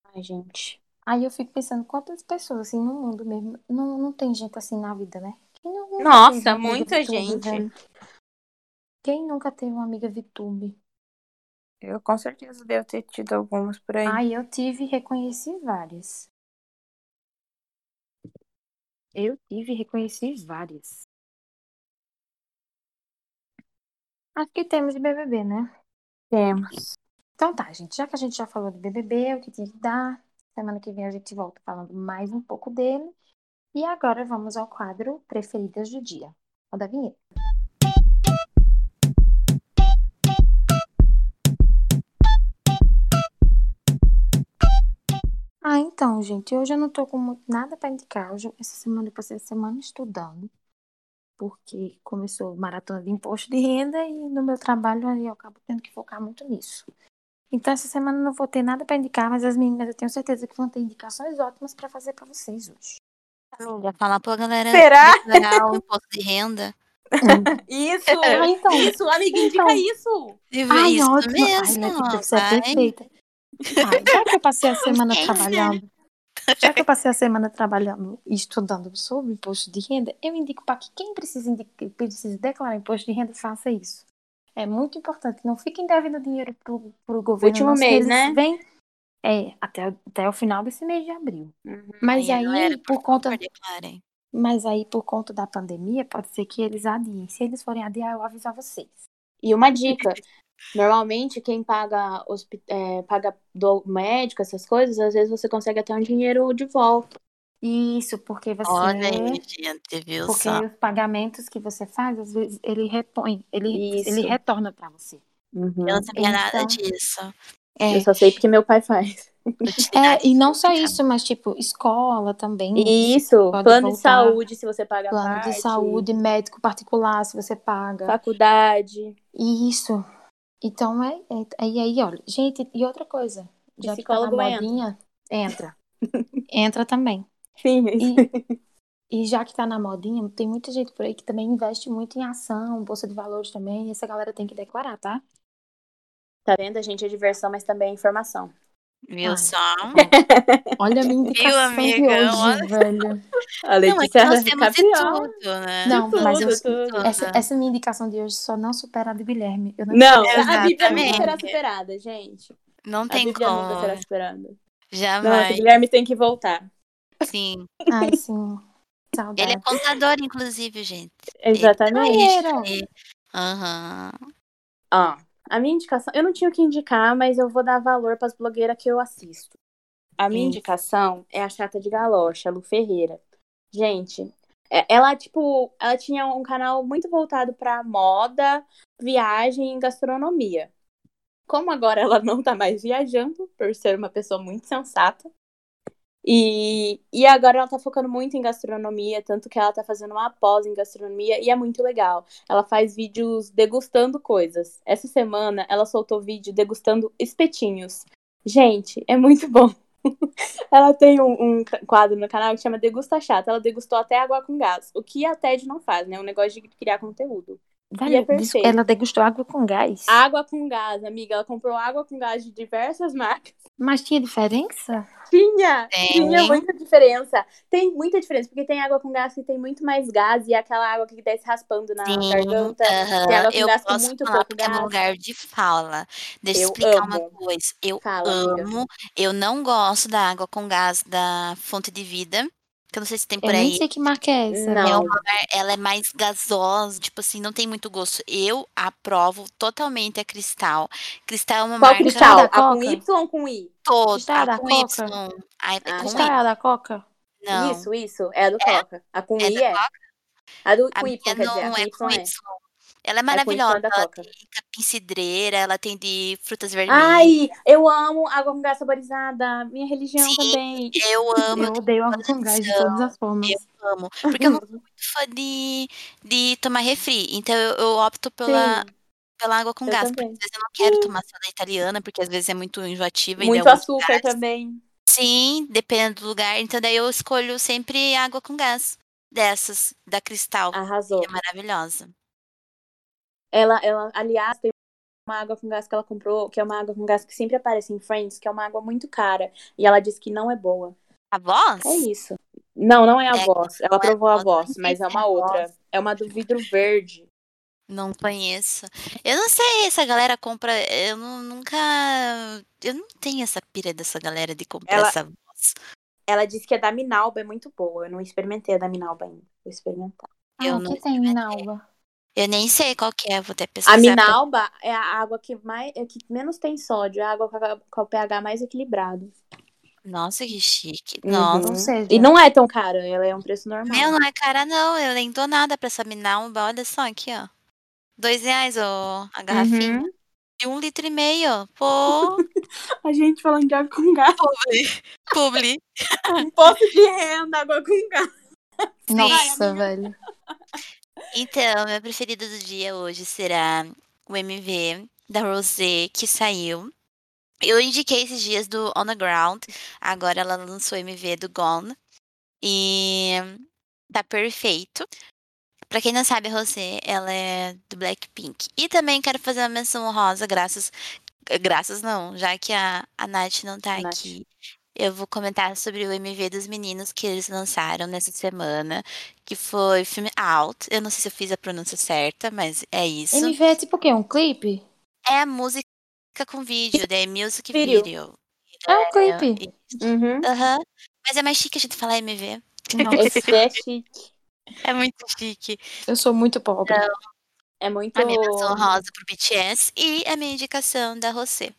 S4: Ai, gente.
S6: Aí eu fico pensando quantas pessoas, assim, no mundo mesmo. Não, não tem gente assim na vida, né? Quem não- não
S4: Nossa,
S6: teve uma amiga
S4: muita
S6: VTube,
S4: gente.
S6: velho? Quem nunca teve uma amiga VTube?
S4: Eu com certeza devo ter tido algumas por aí.
S6: Aí eu tive e reconheci várias. Eu tive e reconheci várias. Acho que temos de BBB, né?
S4: temos.
S6: Então tá, gente. Já que a gente já falou do BBB, o que tinha que dar. Semana que vem a gente volta falando mais um pouco dele. E agora vamos ao quadro Preferidas do Dia. Roda a vinheta. Ah, então, gente, hoje eu não tô com muito nada pra indicar. Hoje, essa semana eu passei a semana estudando, porque começou a maratona de imposto de renda e no meu trabalho aí eu acabo tendo que focar muito nisso. Então, essa semana eu não vou ter nada pra indicar, mas as meninas eu tenho certeza que vão ter indicações ótimas pra fazer pra vocês hoje.
S2: Amiga, falar pra galera
S4: Será?
S2: declarar o imposto de renda.
S4: Isso!
S6: Ah, então,
S4: Isso, amiga, indica
S6: Então.
S4: isso!
S2: E ver
S6: Ai,
S2: isso
S6: ótimo.
S2: mesmo.
S6: Ai, minha pessoa
S2: vai.
S6: perfeita. Ai, já que eu passei a semana
S2: Pensa.
S6: trabalhando, já que eu passei a semana trabalhando e estudando sobre imposto de renda, eu indico para que quem precisa, indi- precisa declarar imposto de renda faça isso. É muito importante. Não fiquem devendo dinheiro pro, pro governo.
S4: Último
S6: não, se
S4: mês,
S6: eles
S4: né?
S6: Vem, é, até, até o final desse mês de abril. Mas
S2: Ai,
S6: aí,
S2: galera,
S6: por conta
S2: favor, declarem.
S6: mas aí, por conta da pandemia, pode ser que eles adiem. Se eles forem adiar, eu aviso a vocês.
S4: E uma dica: normalmente quem paga, hospi- é, paga do médico, essas coisas, às vezes você consegue até um dinheiro de volta.
S6: Isso, porque você.
S2: Olha aí, gente,
S6: Assim, né?
S2: viu
S6: Porque
S2: só?
S6: os pagamentos que você faz, às vezes, ele repõe, ele,
S4: Isso.
S6: ele retorna pra você.
S2: Eu não sabia nada
S6: Então-
S2: disso.
S4: Eu só sei porque meu pai faz.
S6: É, e não só isso, mas tipo, escola também.
S4: Isso,
S6: Pode
S4: plano de
S6: voltar.
S4: saúde, se você paga a
S6: Plano de
S4: parte,
S6: saúde, médico particular, se você paga.
S4: faculdade,
S6: Isso. Então é, é, e aí, olha, gente, e outra coisa, já que tá na
S4: Psicólogo entra.
S6: modinha, entra. Entra também.
S4: sim.
S6: E, e já que tá na modinha, tem muita gente por aí que também investe muito em ação, bolsa de valores também, e essa galera tem que declarar, tá?
S4: Tá vendo? A gente é diversão, mas também é informação.
S2: Viu
S6: Ai.
S2: só?
S6: Olha a minha indicação de
S2: amigão?
S6: hoje,
S2: Olha.
S6: velho.
S4: A
S2: Não, é que nós temos de tudo, né?
S6: Não,
S4: tudo,
S6: mas eu,
S4: tudo.
S6: essa, essa minha indicação de hoje só não supera a do Guilherme. Eu não,
S4: Não, a Bíblia nunca
S2: Exatamente.
S4: será superada, gente.
S2: Não
S4: a
S2: tem
S4: Bíblia nunca será
S2: como.
S4: superada. Não, esse
S2: Jamais,
S4: Guilherme tem que voltar.
S2: sim.
S6: Ai, sim. assim, Saudade.
S2: Ele é contador, inclusive, gente.
S4: Exatamente.
S2: Ele- Aham.
S4: Ó, a minha indicação, eu não tinha o que indicar, mas eu vou dar valor pras blogueiras que eu assisto. A minha
S2: Hum.
S4: indicação é a Chata de Galocha, Lu Ferreira. Gente, é- ela, tipo, ela tinha um canal muito voltado pra moda, viagem e gastronomia. Como agora ela não tá mais viajando, por ser uma pessoa muito sensata. E, e agora ela tá focando muito em gastronomia, tanto que ela tá fazendo uma pós em gastronomia e é muito legal. Ela faz vídeos degustando coisas. Essa semana ela soltou vídeo degustando espetinhos. Gente, é muito bom. ela tem um, um ca- quadro no canal que chama Degusta Chata. Ela degustou até água com gás, o que a TED não faz, né? Um negócio de criar conteúdo.
S6: Velho,
S4: é perfeito.
S6: ela degustou água com gás.
S2: Ah.
S4: Água com gás, amiga. Ela comprou água com gás de diversas marcas.
S6: Mas tinha diferença?
S4: Tinha!
S2: Tem.
S4: Tinha muita diferença. Tem muita diferença, porque tem água com gás que tem muito mais gás e é aquela água que desce raspando na
S2: Sim,
S4: garganta.
S2: aham.
S4: Tem água com
S2: Eu
S4: gás com
S2: posso
S4: muito
S2: falar
S4: pouco
S2: porque é meu
S4: gás.
S2: lugar de fala. Deixa eu
S4: Eu
S2: explicar uma
S4: amo.
S2: coisa. Eu
S4: Fala, amiga.
S2: amo, eu não gosto da água com gás da fonte de vida. Que eu não sei se tem
S6: Eu
S2: por
S6: nem
S2: aí.
S6: sei que marca é essa.
S4: Não.
S2: É uma, ela é mais gasosa, tipo assim, não tem muito gosto. Eu aprovo totalmente a Cristal. Cristal é uma
S4: Qual
S2: marca
S4: cristal?
S6: da
S4: A com
S6: Coca?
S4: Y ou com I?
S2: toda,
S6: Cristal
S2: a
S6: da
S2: tá com
S6: Coca?
S2: Y. Ai, é
S4: Ah,
S2: com
S6: Está
S2: Y,
S6: é a da Coca?
S2: não.
S4: Isso, isso. É a do Coca. A com
S2: É
S4: I
S2: da
S4: é. A do
S2: A
S4: com
S2: minha
S4: Y, quer dizer. A
S2: não
S4: com
S2: é com
S4: Y é.
S2: Y. Ela é
S4: A com Y
S2: maravilhosa.
S4: é da
S2: Ela
S4: Coca.
S2: tem capim cidreira, ela tem de frutas vermelhas.
S4: Ai, eu amo água com gás saborizada. Minha religião
S2: Sim.
S4: também.
S2: Eu amo,
S6: Eu odeio água com gás de todas as formas.
S2: eu amo. Porque eu não sou muito fã de, de tomar refri. Então eu, eu opto pela,
S4: Sim,
S2: pela água com
S4: eu
S2: um gás.
S4: também.
S2: Porque às vezes eu não quero tomar soda italiana, porque às vezes é muito enjoativa e
S4: Muito
S2: dá algum-
S4: açúcar também.
S2: Sim, depende do lugar. Então daí eu escolho sempre água com gás. Dessas, da Cristal, que
S4: Arrasou.
S2: é maravilhosa.
S4: Ela, ela, aliás, tem uma água com gás que ela comprou, que é uma água com gás que sempre aparece em Friends, que é uma água muito cara. E ela disse que não é boa.
S2: A voz?
S4: É isso. Não, não é a
S2: É,
S4: voz. Ela
S2: não é a
S4: provou a
S2: voz,
S4: voz,
S2: não sei
S4: mas
S2: se
S4: é
S2: é
S4: uma
S2: a
S4: outra. É uma do vidro verde.
S2: Não conheço. Eu não sei se a galera compra. Eu nu- nunca. Eu não tenho essa pira dessa galera de comprar
S4: Ela-
S2: essa voz.
S4: Ela disse que a da Minalba é muito boa. Eu não experimentei a da Minalba ainda. Vou experimentar.
S2: Eu
S6: ah, o
S2: não é
S6: que tem na alba?
S2: Eu nem sei qual que é, vou até pesquisar.
S4: A
S2: pra-
S4: Minalba é a água que, mais, é que menos tem sódio. É a água com, a- com o pH mais equilibrado.
S2: Nossa, que chique.
S4: Uhum.
S2: Nossa.
S5: Ou seja,
S4: E não é tão caro, ela é um preço normal.
S2: Meu, não é cara, não. Eu nem dou nada pra essa mina. Um, olha só aqui, ó. Dois reais, ó, a garrafinha.
S4: Uhum.
S2: De um litro e meio. Pô,
S4: A gente falando de água com gás.
S2: publi.
S4: Imposto Um de renda, água com gás. é
S5: nossa,
S4: né?
S5: velho.
S2: Então, meu preferido do dia hoje será o MV da Rosé, que saiu. Eu indiquei esses dias do On The Ground. Agora ela lançou o MV do Gone. E tá perfeito. Pra quem não sabe, a Rosé, ela é do Blackpink. E também quero fazer uma menção honrosa, graças... Graças não, já que a, a Nath não tá
S4: Nath.
S2: aqui. Eu vou comentar sobre o MV dos meninos que eles lançaram nessa semana, que foi filme Out. Eu não sei se eu fiz a pronúncia certa, mas é isso.
S5: MV é tipo o quê? Um clipe?
S2: É a música com vídeo, daí Music
S4: Video.
S2: Video.
S5: É um clipe.
S4: Uhum.
S2: Aham. Mas é mais chique a gente falar MV.
S5: Nossa,
S4: Esse é chique.
S2: É muito chique.
S5: eu sou muito pobre.
S4: É muito.
S2: A minha menção rosa pro BTS e a minha indicação da Rosé.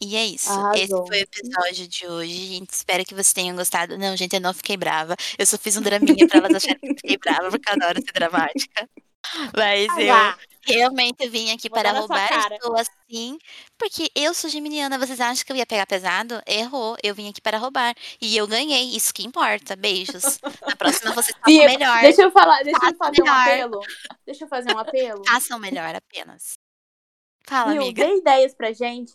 S2: E é isso. Esse
S4: Arrasou.
S2: foi o episódio de hoje. Gente, espero que vocês tenham gostado. Não, gente, eu não fiquei brava. Eu só fiz um draminha pra elas acharem que eu fiquei brava, porque eu adoro ser dramática. Mas eu realmente vim aqui
S4: Vou dar
S2: para
S4: na sua
S2: roubar.
S4: cara.
S2: Estou assim, porque eu sou geminiana. Vocês acham que eu ia pegar pesado? Errou. Eu vim aqui para roubar. E eu ganhei. Isso que importa. Beijos. Na próxima vocês façam
S4: Viu?
S2: melhor.
S4: Deixa eu falar, deixa
S2: Faça
S4: eu fazer um
S2: melhor.
S4: apelo. Deixa eu fazer um apelo.
S2: Façam melhor apenas. Fala,
S4: Viu?
S2: amiga.
S4: Dê ideias pra gente.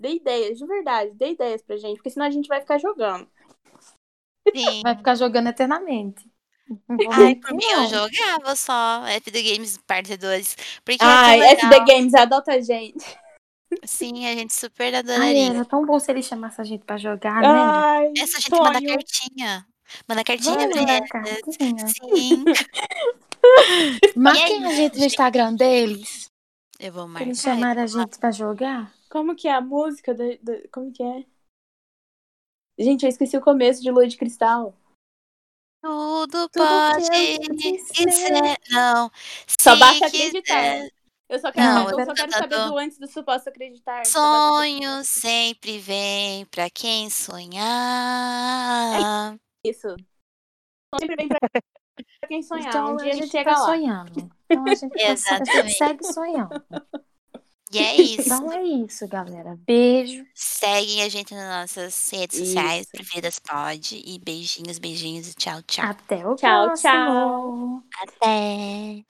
S4: Dê ideias, de verdade, dê ideias pra gente, porque senão a gente vai ficar jogando.
S2: Sim.
S5: Vai ficar jogando eternamente.
S2: Ai, por mim eu jogava só FD Games Parte 2. Porque
S4: Ai,
S2: é tão
S4: SD
S2: legal.
S4: Games, adota a gente.
S2: Sim, a gente super
S5: Ai,
S2: adoraria.
S5: era tão bom se ele chamasse a gente pra jogar, né?
S4: Ai,
S2: Essa gente manda
S4: é sonho. né?
S2: cartinha. Manda cartinha
S5: Vamos
S2: pra
S5: jogar
S2: ele. é,
S5: cartinha.
S2: Sim.
S5: Marquem
S2: E
S5: a
S2: aí,
S5: gente no
S2: gente?
S5: Instagram deles.
S2: Eu vou marcar.
S5: Eles
S2: é.
S5: chamaram a gente pra jogar.
S4: Como que é a música? da- da- como que é? Gente, eu esqueci o começo de Lua de Cristal.
S2: Tudo
S5: que
S2: pode
S5: eu disse.
S2: ser. Não.
S4: Só
S2: Se
S4: basta
S2: quiser,
S4: acreditar. né? Eu só quero,
S2: Não,
S4: eu só quero
S2: tá
S4: saber
S2: bom.
S4: do antes do suposto acreditar. Só basta acreditar. É
S2: Sonho sempre vem pra quem sonhar.
S4: Isso. Sonho Sempre vem pra pra quem sonhar. um dia a gente chega
S5: tá
S4: lá.
S5: sonhando. Então a gente, tá, a gente
S2: Exatamente.
S5: segue sonhando.
S2: E é isso.
S5: Então é isso, galera. Beijo.
S2: Seguem a gente nas nossas redes
S4: Isso.
S2: sociais, Preferidas Pod. E beijinhos, beijinhos e tchau, tchau.
S5: Até o
S4: Tchau,
S5: próximo.
S4: tchau.
S2: Até!